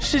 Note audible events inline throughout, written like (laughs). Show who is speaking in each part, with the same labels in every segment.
Speaker 1: 世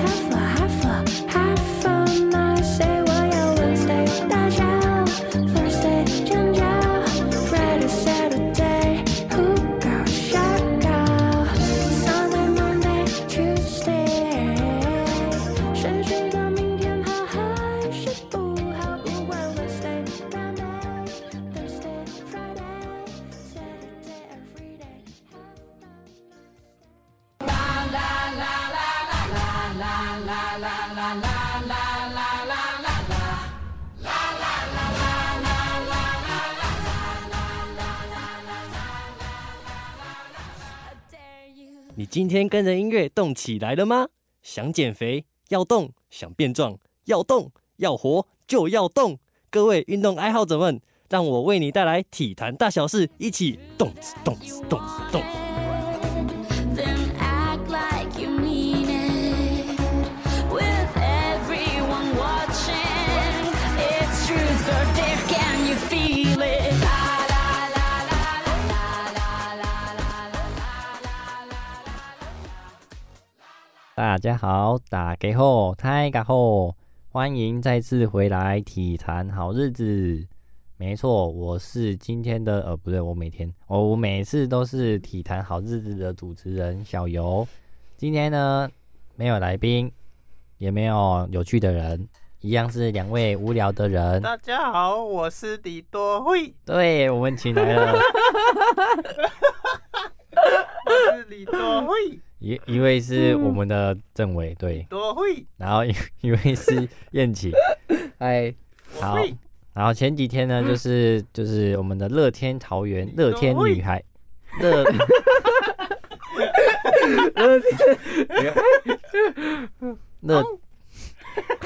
Speaker 2: Have fun, have fun, have fun. I say why on Wednesday, 大家 Thursday, 真假 Friday, Saturday, who got shot out? Sunday, Monday, Tuesday. 谁知道明天好还是不好？不管 Wednesday, Monday, Thursday, Friday, Saturday, every day. Have fun.
Speaker 3: 你今天跟着音乐动起来了吗？想减肥要动，想变壮要动，要活就要动。各位运动爱好者们，让我为你带来体坛大小事，一起动次动次动次动次。
Speaker 2: Then act like you mean it. With everyone watching, it's truth or dare. Can you feel it? La, la, la, la, la, la, la, la, la, la, la.
Speaker 4: 大家好，打给后，太嘎后，欢迎再次回来体坛好日子。没错，我是今天的呃，不对，我每天我、我每次都是体坛好日子的主持人小游。今天呢，没有来宾，也没有有趣的人，一样是两位无聊的人。
Speaker 5: 大家好，我是李多惠，
Speaker 4: 对我们请来了
Speaker 5: 我是李多惠，
Speaker 4: 一一位是我们的政委，对，
Speaker 5: 多惠，
Speaker 4: 然 (laughs) 后一一位是燕琪，
Speaker 6: 哎，
Speaker 4: 好
Speaker 5: 嘿，
Speaker 4: 然后前几天
Speaker 5: 嗯
Speaker 4: 呢，就是就是我们的乐天桃园乐天女孩，乐乐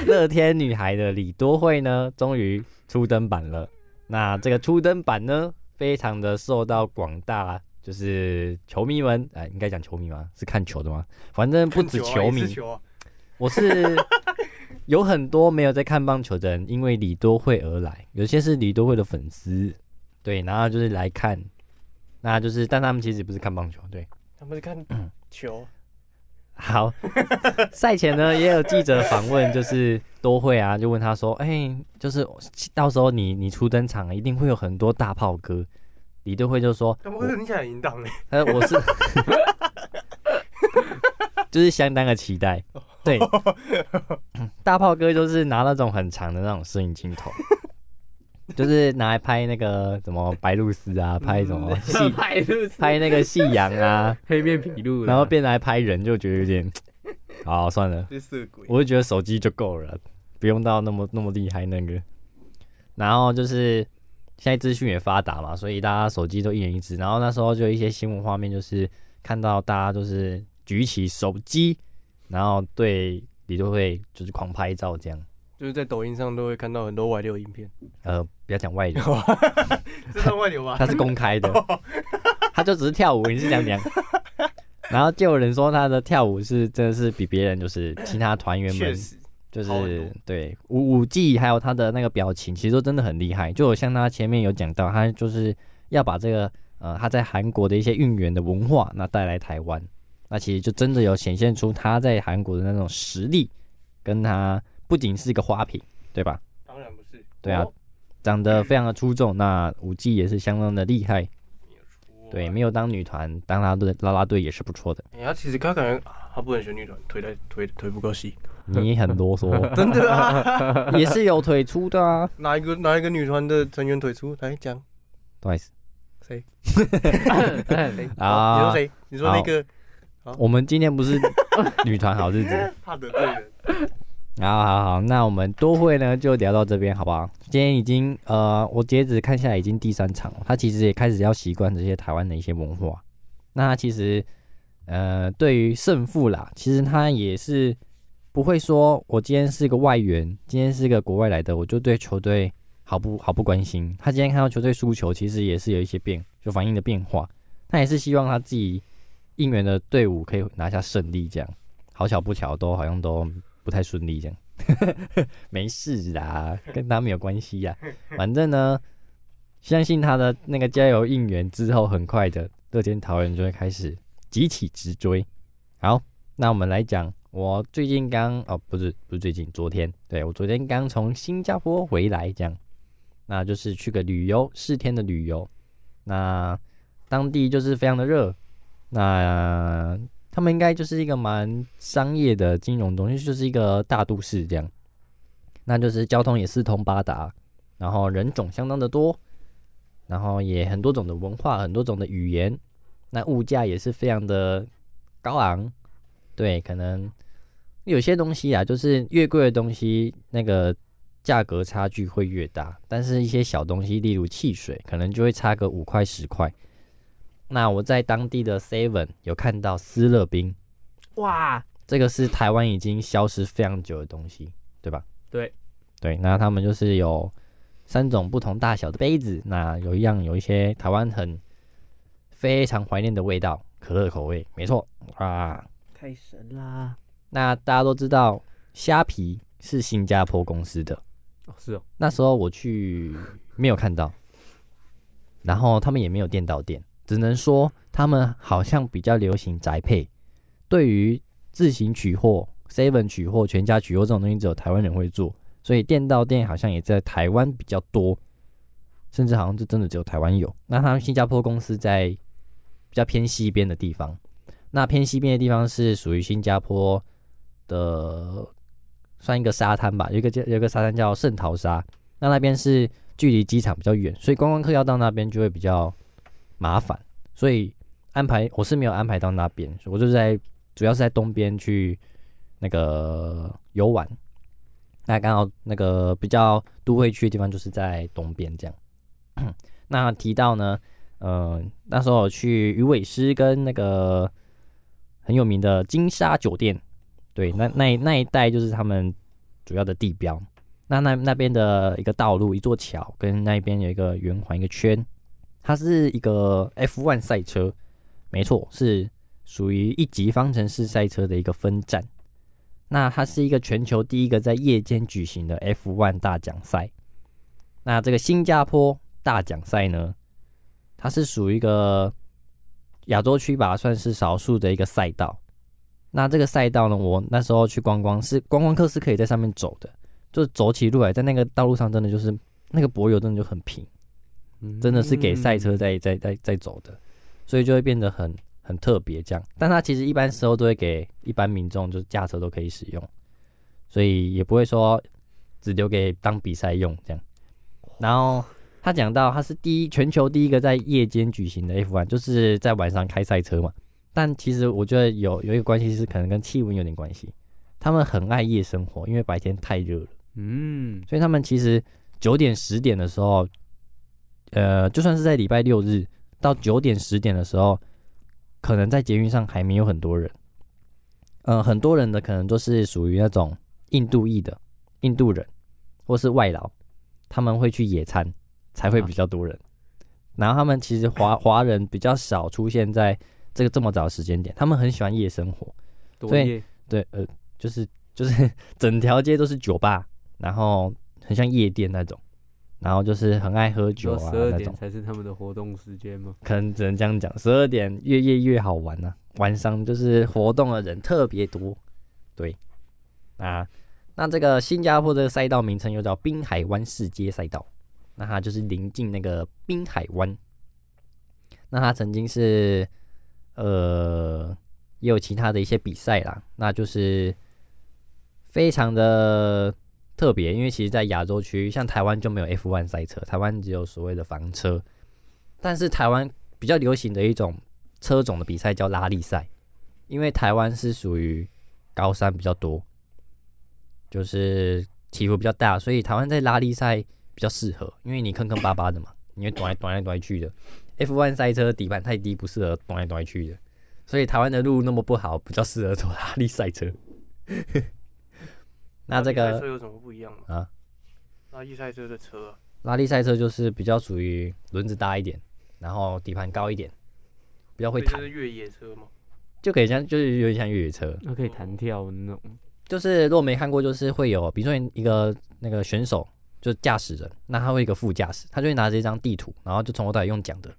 Speaker 4: 乐天女孩的李多惠呢，终于出登版了。那这个出登版呢，非常的受到广大就是球迷们，哎、应该讲球迷吗？是看球的吗？反正不止球迷，
Speaker 5: 看球啊
Speaker 4: 我是有很多没有在看棒球的人，因为李多惠而来，有些是李多惠的粉丝，对，然后就是来看，那就是，但他们其实不是看棒球，对。嗯
Speaker 6: 他们是看球，
Speaker 4: 好，赛前呢也有记者访问，就是多惠啊，就问他说：“哎、就是到时候你你初登场，一定会有很多大炮哥。”李多惠就说
Speaker 5: 他们会很想淫荡嘞，：“
Speaker 4: 呃，我
Speaker 6: (laughs)
Speaker 4: 是，就是相当的期待。”
Speaker 6: (laughs)
Speaker 4: 对，大炮哥就是拿那种很长的那种摄影镜头，就是拿来拍那个什么白鹭鸶啊，拍
Speaker 6: (laughs)
Speaker 4: 什么夕
Speaker 6: 派路
Speaker 4: 拍那个夕阳啊，
Speaker 6: (laughs) 黑面皮路啦，
Speaker 4: 然后变来拍人，就觉得有点，好算了。
Speaker 5: 这是鬼，
Speaker 4: 我就觉得手机就够了，不用到那么那么厉害那个。然后就是现在资讯也发达嘛，所以大家手机都一人一只。然后那时候就有一些新闻画面，就是看到大家就是举起手机，然后对你就会就是狂拍照这样。
Speaker 6: 就是在抖音上都会看到很多外流影
Speaker 4: (laughs)
Speaker 6: 片，
Speaker 4: 呃，不要讲
Speaker 5: (laughs)
Speaker 4: 外人，
Speaker 5: 这算外流吧？哦
Speaker 4: 他是公开的，他就只是跳舞，你
Speaker 5: (laughs)
Speaker 4: 是讲讲。然后就有人说他的跳舞是真的是比别人就是其他团员
Speaker 5: 确
Speaker 4: 们
Speaker 5: 实，
Speaker 4: 就
Speaker 5: 好很
Speaker 4: 是
Speaker 5: 多
Speaker 4: 对舞舞技，还有他的那个表情，其实都真的很厉害。就我像他前面有讲到，他就是要把这个呃他在韩国的一些运源的文化，那带来台湾，那其实就真的有显现出他在韩国的那种实力，跟他不仅是一个花瓶，对吧？
Speaker 5: 当然不是，
Speaker 4: 对啊
Speaker 5: 哦，
Speaker 4: 长得非常的出众，那舞技也是相当的厉害。
Speaker 5: 啊
Speaker 4: 对，没有当女团，当啦啦队啦啦队也是不错的。
Speaker 5: 哎他其实他感觉啊他不能选女团，腿太腿腿不够细，
Speaker 4: 你很啰嗦，真
Speaker 5: 对啊，
Speaker 4: 也是有腿粗的啊。
Speaker 5: (laughs) 哪一个哪一个女团的成员腿粗？来讲
Speaker 4: 不好意思
Speaker 5: 谁？ (laughs)
Speaker 6: 哎
Speaker 5: 哦你说
Speaker 4: 啊，
Speaker 5: 谁？你说那个 (laughs) 啊
Speaker 4: 我们今天不是女团好日子。
Speaker 5: 怕得罪人。
Speaker 4: 好好好，那我们多会呢就聊到这边好不好？今天已经呃，我截止看下来已经第三场了，他其实也开始要习惯这些台湾的一些文化。那他其实呃，对于胜负啦，其实他也是不会说我今天是个外援，今天是个国外来的，我就对球队毫不毫不关心。他今天看到球队输球，其实也是有一些变，就反应的变化。他也是希望他自己应援的队伍可以拿下胜利，这样好巧不巧都好像都不太顺利，这样 (laughs) 没事啦，跟他没有关系呀。反正呢，相信他的那个加油应援之后，很快的乐天桃园就会开始急起直追。好，那我们来讲，我最近刚哦，不是不是最近，昨天，对我昨天刚从新加坡回来，这样，那就是去个旅游四天的旅游，那当地就是非常的热，那他们应该就是一个蛮商业的金融中心，就是一个大都市这样。那就是交通也四通八达，然后人种相当的多，然后也很多种的文化，很多种的语言，那物价也是非常的高昂。对，可能有些东西啊，就是越贵的东西，那个价格差距会越大，但是一些小东西，例如汽水，可能就会差个五块十块。那我在当地的 Seven 有看到斯乐冰，哇，这个是台湾已经消失非常久的东西，对吧？
Speaker 6: 对，
Speaker 4: 对，那他们就是有三种不同大小的杯子，那有一样有一些台湾很非常怀念的味道，可乐口味，没错啊。
Speaker 3: 太神啦！
Speaker 4: 那大家都知道，虾皮是新加坡公司的，
Speaker 6: 哦是哦，
Speaker 4: 那时候我去没有看到，然后他们也没有店到店，只能说他们好像比较流行宅配。对于自行取货、Seven 取货、全家取货这种东西，只有台湾人会做，所以店到店好像也在台湾比较多，甚至好像就真的只有台湾有。那他们新加坡公司在比较偏西边的地方，那偏西边的地方是属于新加坡的算一个沙滩吧，有一个叫有一个沙滩叫圣淘沙，那那边是距离机场比较远，所以观光客要到那边就会比较麻烦，所以安排我是没有安排到那边，我就是在主要是在东边去那个游玩，那刚好那个比较都会区的地方就是在东边这样。那提到呢，呃，那时候我去鱼尾狮跟那个很有名的金沙酒店，对，那那那一带就是他们主要的地标。那那那边的一个道路，一座桥，跟那边有一个圆环，一个圈，它是一个 F1 赛车，没错，是属于一级方程式赛车的一个分站。那它是一个全球第一个在夜间举行的 F1 大奖赛。那这个新加坡大奖赛呢，它是属于一个亚洲区吧，算是少数的一个赛道。那这个赛道呢，我那时候去观光是观光客是可以在上面走的，就走起路来，在那个道路上真的就是那个柏油真的就很平，真的是给赛车在在在在走的，所以就会变得很很特别这样。但它其实一般时候都会给一般民众，就是驾车都可以使用，所以也不会说只留给当比赛用这样。然后他讲到，他是第一全球第一个在夜间举行的 F1，就是在晚上开赛车嘛。但其实我觉得有有一个关系是可能跟气温有点关系，他们很爱夜生活，因为白天太热了。
Speaker 6: 嗯，
Speaker 4: 所以他们其实九点十点的时候，呃，就算是在礼拜六日到九点十点的时候，可能在捷运上还没有很多人。呃，很多人的可能都是属于那种印度裔的印度人，或是外劳，他们会去野餐，才会比较多人。然后他们其实华华人比较少出现在这个这么早的时间点，他们很喜欢夜生活，
Speaker 6: 多
Speaker 4: 所以
Speaker 6: 夜
Speaker 4: 对，呃，就是就是 (laughs) 整条街都是酒吧，然后很像夜店那种，然后就是很爱喝酒
Speaker 6: 到
Speaker 4: 啊
Speaker 6: 十二
Speaker 4: 那
Speaker 6: 点
Speaker 4: 种，
Speaker 6: 才是他们的活动时间吗？
Speaker 4: 可能只能这样讲。十二点越夜越好玩呐、晚上就是活动的人特别多，对，啊，那这个新加坡的赛道名称又叫滨海湾世界赛道，那它就是临近那个滨海湾，那它曾经是呃也有其他的一些比赛啦，那就是非常的特别，因为其实，在亚洲区，像台湾就没有 F1 赛车，台湾只有所谓的房车，但是台湾比较流行的一种车种的比赛叫拉力赛，因为台湾是属于高山比较多，就是起伏比较大，所以台湾在拉力赛比较适合，因为你坑坑巴巴的嘛，你会短来短来短来去的。F1 赛车底盘太低，不适合短来短来去的，所以台湾的路那么不好，比较适合走拉力赛车。那 (laughs)
Speaker 5: 拉
Speaker 4: 这
Speaker 5: 力赛车
Speaker 4: 个
Speaker 5: 有什么不一样吗？
Speaker 4: 啊，
Speaker 5: 拉力赛车的车啊，
Speaker 4: 拉力赛车就是比较属于轮子大一点，然后底盘高一点，比较会
Speaker 5: 所以这
Speaker 4: 弹
Speaker 5: 是，越野车吗？
Speaker 4: 就可以像就是有点像越野车。
Speaker 7: 那可以弹跳那种，
Speaker 4: 就是如果没看过，就是会有，比如说一个那个选手，就是驾驶人，那他会有一个副驾驶，他就会拿着一张地图，然后就从头到尾用讲的，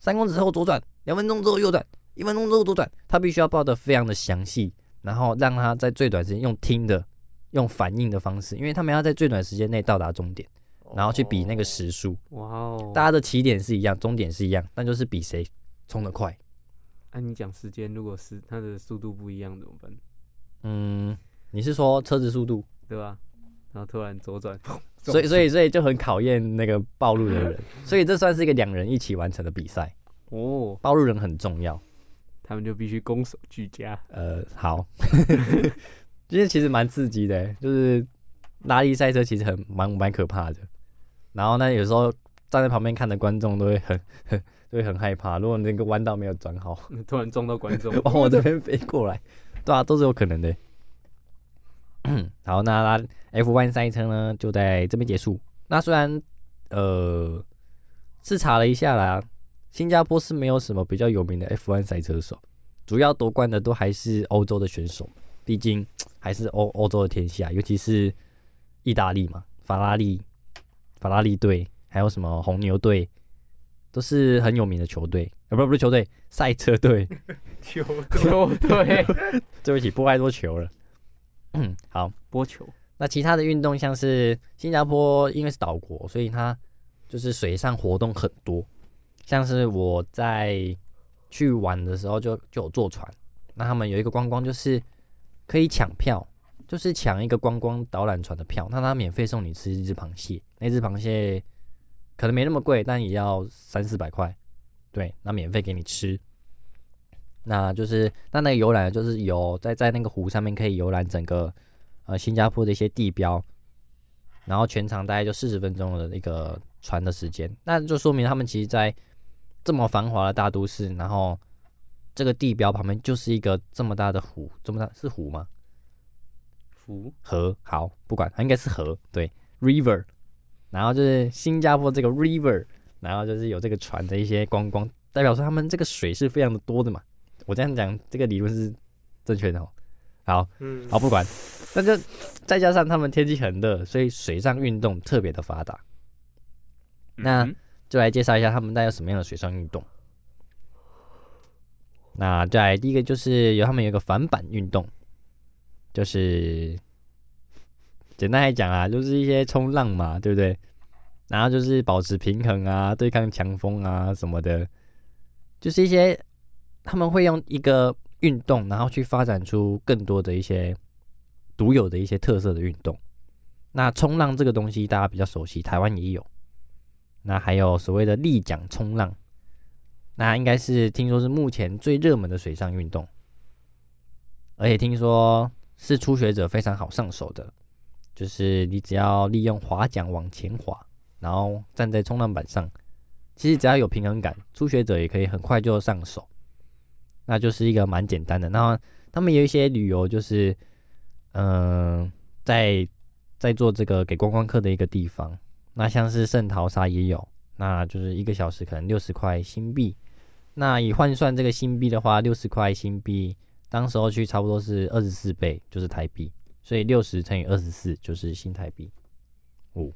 Speaker 4: 三公尺后左转，两分钟之后右转，一分钟之后左转，他必须要报的非常的详细，然后让他在最短时间用听的，用反应的方式，因为他们要在最短时间内到达终点，然后去比那个时速，
Speaker 7: 哇哦！
Speaker 4: 大家的起点是一样，终点是一样，但就是比谁冲得快。
Speaker 7: 按、啊你讲时间，如果是它的速度不一样怎么办？
Speaker 4: 嗯，你是说车子速度？
Speaker 7: 对吧？然后突然左转，
Speaker 4: (laughs) 所以所以所以就很考验那个暴露的人，所以这算是一个两人一起完成的比赛，
Speaker 7: (laughs) 哦，
Speaker 4: 暴露人很重要。
Speaker 7: 他们就必须攻守俱佳。 (laughs)
Speaker 4: 呃，好， (laughs) 今天其实蛮刺激的，欸就是拉力赛车其实很蛮蛮可怕的。然后呢，有时候站在旁边看的观众都会很 (laughs) 都会很害怕，如果那个弯道没有转好，
Speaker 7: 突然撞到观
Speaker 4: (laughs)
Speaker 7: 众，
Speaker 4: 往哦我这边飞过来，对啊，都是有可能的。 (clears throat) 好，那拉 F1 赛车呢，就在这边结束。那虽然呃是查了一下啦，新加坡是没有什么比较有名的 F1 赛车手，主要夺冠的都还是欧洲的选手，毕竟还是欧欧洲的天下，尤其是意大利嘛，法拉利、法拉利队，还有什么红牛队，都是很有名的球队，呃，不是不是球队，赛车队。
Speaker 5: 球
Speaker 7: 哦
Speaker 6: 球队
Speaker 4: 对不起，不爱多球了。嗯，好，
Speaker 7: 播球，
Speaker 4: 那其他的运动像是新加坡，因为是岛国，所以它就是水上活动很多。像是我在去玩的时候就就有坐船，那他们有一个观光就是可以抢票，就是抢一个观光导览船的票，那他免费送你吃一只螃蟹，那只螃蟹可能没那么贵，但也要三四百块，对，那免费给你吃。那就是那那个游览就是有在在那个湖上面可以游览整个呃新加坡的一些地标，然后全长大概就四十分钟的一个船的时间，那就说明他们其实在这么繁华的大都市，然后这个地标旁边就是一个这么大的湖，这么大是湖吗？
Speaker 7: 福
Speaker 4: 河，好，不管它应该是河，对，river，然后就是新加坡这个 river，然后就是有这个船的一些观光，代表说他们这个水是非常的多的嘛。我这样讲，这个理论是正确的哦。好，
Speaker 5: 嗯，
Speaker 4: 好不管，那就再加上他们天气很热，所以水上运动特别的发达。那
Speaker 8: 嗯
Speaker 4: 就来介绍一下他们带有什么样的水上运动。那再来第一个就是有他们有一个反板运动，就是简单来讲啊，就是一些冲浪嘛，对不对？然后就是保持平衡啊，对抗强风啊什么的，就是一些他们会用一个运动，然后去发展出更多的一些独有的一些特色的运动。那冲浪这个东西大家比较熟悉，台湾也有。那还有所谓的立桨冲浪，那应该是听说是目前最热门的水上运动，而且听说是初学者非常好上手的，就是你只要利用划桨往前划，然后站在冲浪板上，其实只要有平衡感，初学者也可以很快就上手，那就是一个蛮简单的。然后他们有一些旅游，就是嗯、呃在在做这个给观光客的一个地方。那像是圣淘沙也有，那就是一个小时可能六十块新币。那以换算这个新币的话，六十块新币，当时候去差不多是二十四倍，就是台币，所以六十乘以二十四就是新台币
Speaker 7: 哦
Speaker 4: 五，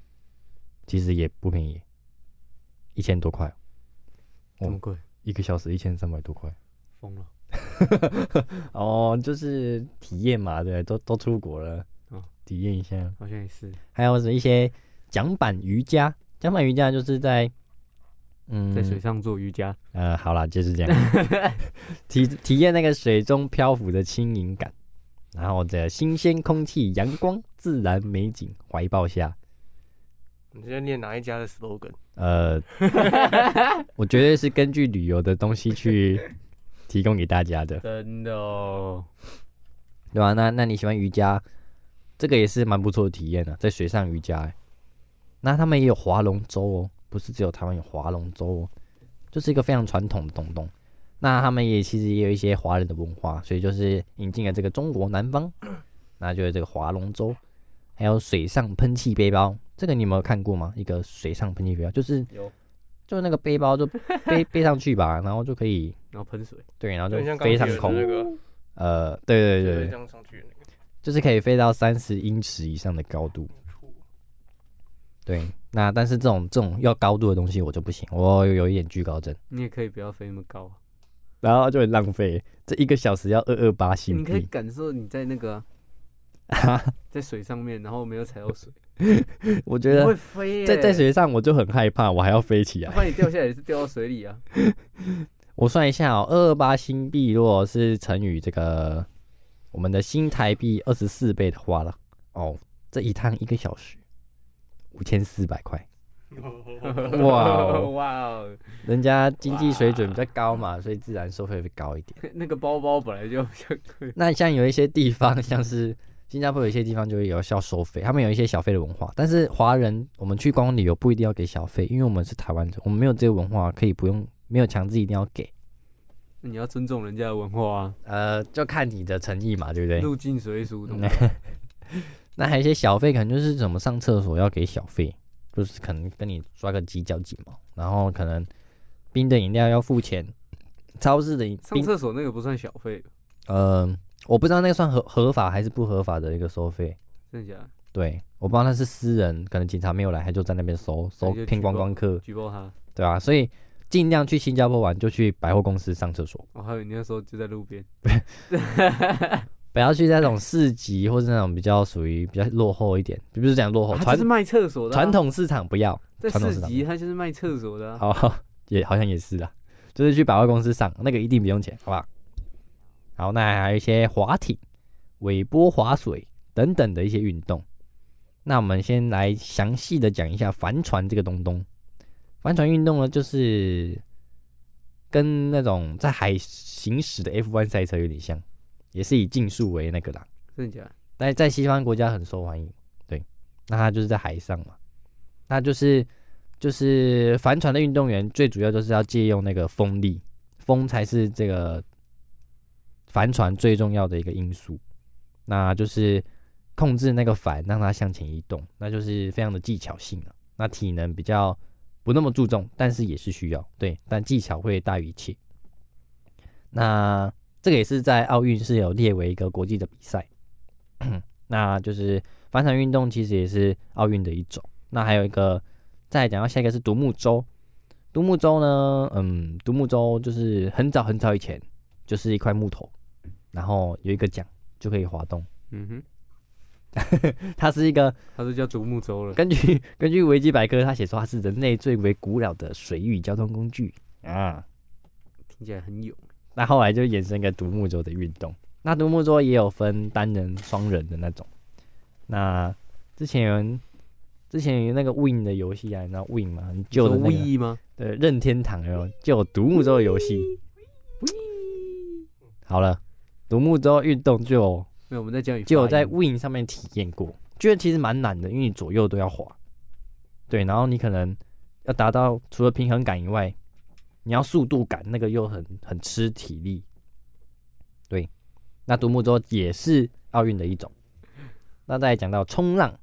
Speaker 4: 其实也不便宜，一千多块，
Speaker 7: 这么贵，
Speaker 4: 一个小时一千三百多块。
Speaker 7: 疯了！嗯
Speaker 4: 哦，就是体验嘛，对，都都出国了，
Speaker 7: 哦
Speaker 4: 体验一下。
Speaker 7: 好像也是
Speaker 4: 还有一些桨板瑜伽，桨板瑜伽就是在嗯
Speaker 7: 在水上做瑜伽，
Speaker 4: 呃，好啦，就是这样，
Speaker 7: (laughs)
Speaker 4: 体体验那个水中漂浮的轻盈感，然后这新鲜空气、阳光、自然美景怀抱下，
Speaker 5: (laughs) 你在念哪一家的 slogan？
Speaker 4: 呃，我绝对是根据旅游的东西去提供给大家的，
Speaker 7: 真的哦，
Speaker 4: 对吧、那那你喜欢瑜伽，这个也是蛮不错的体验啊的、在水上瑜伽、欸。那他们也有划龙舟哦，不是只有台湾有划龙舟哦，就是一个非常传统的东东。那他们也其实也有一些华人的文化，所以就是引进了这个中国南
Speaker 5: (coughs)
Speaker 4: 方，那就是这个划龙舟，还有水上喷气背包。这个你有没有看过吗？一个水上喷气背包，就是
Speaker 7: 有
Speaker 4: 就是那个背包就背 (laughs) 背上去吧，然后就可以
Speaker 7: 然后喷水，
Speaker 4: 对，然后
Speaker 5: 就很像
Speaker 4: 就
Speaker 5: 钢铁
Speaker 4: 飞上
Speaker 5: 人的
Speaker 4: 空。
Speaker 5: 那个，
Speaker 4: 呃，对对
Speaker 5: 就是
Speaker 4: 对
Speaker 5: 这
Speaker 4: 对，
Speaker 5: 样上去的那个。
Speaker 4: 就是可以飞到三十英尺以上的高度。对，那但是这种这种要高度的东西我就不行，我有一点惧高症，
Speaker 7: 你也可以不要飞那么高啊，
Speaker 4: 然后就很浪费，这一个小时要二二八新
Speaker 7: 你可以
Speaker 4: 币。
Speaker 7: 感受你在那个
Speaker 4: (laughs)
Speaker 7: 啊、在水上面，然后没有踩到水，
Speaker 4: 我觉
Speaker 7: 不会
Speaker 4: 得
Speaker 7: 飞耶、
Speaker 4: 在在啊水上我就很害怕，我还要飞起
Speaker 7: 要 (laughs)
Speaker 4: 来。
Speaker 7: 不然你掉下来也是掉到水里啊。
Speaker 4: 我算一下哦，二二八新币如果是乘以这个我们的新台币二十四倍的话了，哦，这一趟一个小时五千四百
Speaker 7: (laughs)
Speaker 4: 块。 (laughs) 哇哦
Speaker 7: 哇哦，
Speaker 4: 人家经济水准比较高嘛，所以自然收费会高一点。 (laughs)
Speaker 7: 那个包包本来就比较贵，
Speaker 4: 那像有一些地方，像是新加坡有一些地方就会有要收费，他们有一些小费的文化。但是华人我们去观光旅游不一定要给小费，因为我们是台湾人，我们没有这个文化，可以不用，没有强制一定要给。
Speaker 7: 那 (laughs) 你要尊重人家的文化啊，
Speaker 4: 呃，就看你的诚意嘛，对不对？嗯
Speaker 7: 入境随俗懂吗？
Speaker 4: 那还有一些小费，可能就是怎么上厕所要给小费，就是可能跟你抓个几角几毛，然后可能冰的饮料要付钱，超市的饮 (laughs)
Speaker 7: 上
Speaker 4: 冰
Speaker 7: 厕所那个不算小费，
Speaker 4: 呃，我不知道那个算合合法还是不合法的一个收费。
Speaker 7: 真的假的？
Speaker 4: 对，我不知道那是私人，可能警察没有来，他就在那边收
Speaker 7: 所
Speaker 4: 收
Speaker 7: 以就
Speaker 4: 骗
Speaker 7: 举
Speaker 4: 观
Speaker 7: 报
Speaker 4: 光客，
Speaker 7: 举报他。
Speaker 4: 对啊，所以尽量去新加坡玩就去百货公司上厕所，
Speaker 7: 我还以为你那时候就在路边，
Speaker 4: 不要去那种市集或是那种比较属于比较落后一点，不是讲落后，
Speaker 7: 他
Speaker 4: 哦传
Speaker 7: 就是卖厕所的啊、
Speaker 4: 传统市场不要，
Speaker 7: 在
Speaker 4: 传统市
Speaker 7: 市
Speaker 4: 场
Speaker 7: 集他就是卖厕所的、啊。
Speaker 4: 好， (laughs) 也好像也是啦，就是去百货公司上那个一定不用钱，好吧？好，那还有一些划艇、尾波划水等等的一些运动。那我们先来详细的讲一下帆船这个东东。帆船运动呢，就是跟那种在海行驶的 F1 赛车有点像，也是以竞速为那个啦，
Speaker 7: 真的假的？
Speaker 4: 但是在西方国家很受欢迎。对，那它就是在海上嘛，那就是就是帆船的运动员最主要就是要借用那个风力，风才是这个帆船最重要的一个因素。那就是控制那个帆，让它向前移动，那就是非常的技巧性了、啊那体能比较不那么注重，但是也是需要对，但技巧会大于一切。那这个也是在奥运是有列为一个国际的比赛，那就是帆船运动其实也是奥运的一种。那还有一个，再来讲到下一个是独木舟。独木舟呢，嗯，独木舟就是很早很早以前就是一块木头，然后有一个桨就可以滑动。
Speaker 7: 嗯哼，
Speaker 4: 它是一个
Speaker 7: 他是叫独木舟了。
Speaker 4: 根据根据维基百科，它写说它是人类最为古老的水域交通工具啊。
Speaker 7: 听起来很勇，
Speaker 4: 那后来就衍生一个独木舟的运动。那独木舟也有分单人、双人的那种。那之前有人之前有那个 Win 的游戏啊，你知道 Win 吗？很旧的
Speaker 7: 有
Speaker 4: 那个，
Speaker 7: 意义吗？
Speaker 4: 对，任天堂有没有就有独木舟的游戏。好了，独木舟运动就有
Speaker 7: 没有，我们在教你发音。
Speaker 4: 就有在 Win 上面体验过，觉得其实蛮难的，因为你左右都要滑，对，然后你可能要达到除了平衡感以外，你要速度感，那个又很很吃体力，对，那独木舟也是奥运的一种。那再来讲到冲浪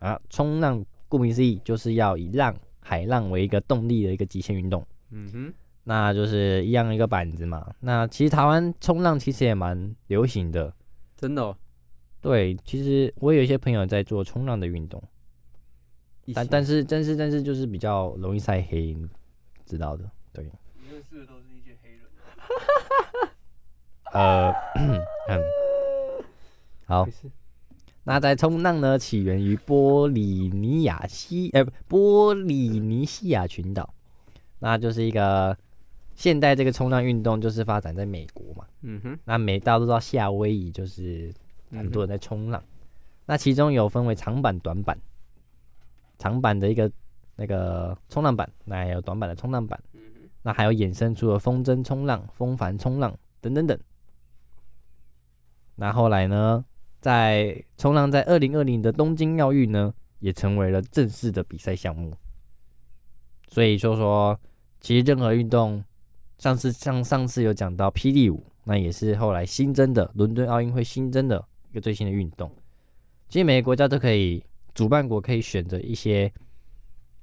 Speaker 4: 啊，冲浪顾名思义就是要以浪海浪为一个动力的一个极限运动。
Speaker 7: 嗯哼，
Speaker 4: 那就是一样一个板子嘛。那其实台湾冲浪其实也蛮流行的，
Speaker 7: 真的、哦。
Speaker 4: 对，其实我有一些朋友在做冲浪的运动，
Speaker 7: 一
Speaker 4: 但
Speaker 7: 起
Speaker 4: 但是但是但是就是比较容易晒黑，你知道的。对，呃，嗯，好
Speaker 7: 没，事
Speaker 4: 那在冲浪呢，起源于波利尼亚西，呃，不波利尼西亚群岛，那就是一个现代这个冲浪运动就是发展在美国嘛。
Speaker 7: 嗯哼，
Speaker 4: 那每大家都知道夏威夷就是
Speaker 7: 嗯
Speaker 4: 很多人在冲浪，那其中有分为长板、短板，长板的一个那个冲浪板，那还有短板的冲浪板，那还有衍生出了风筝冲浪、风帆冲浪、等等等。那后来呢，在冲浪在二零二零的东京奥运呢，也成为了正式的比赛项目。所以说说，其实任何运动，上次像上次有讲到霹雳舞，那也是后来新增的伦敦奥运会新增的一个最新的运动。其实每个国家都可以，主办国可以选择一些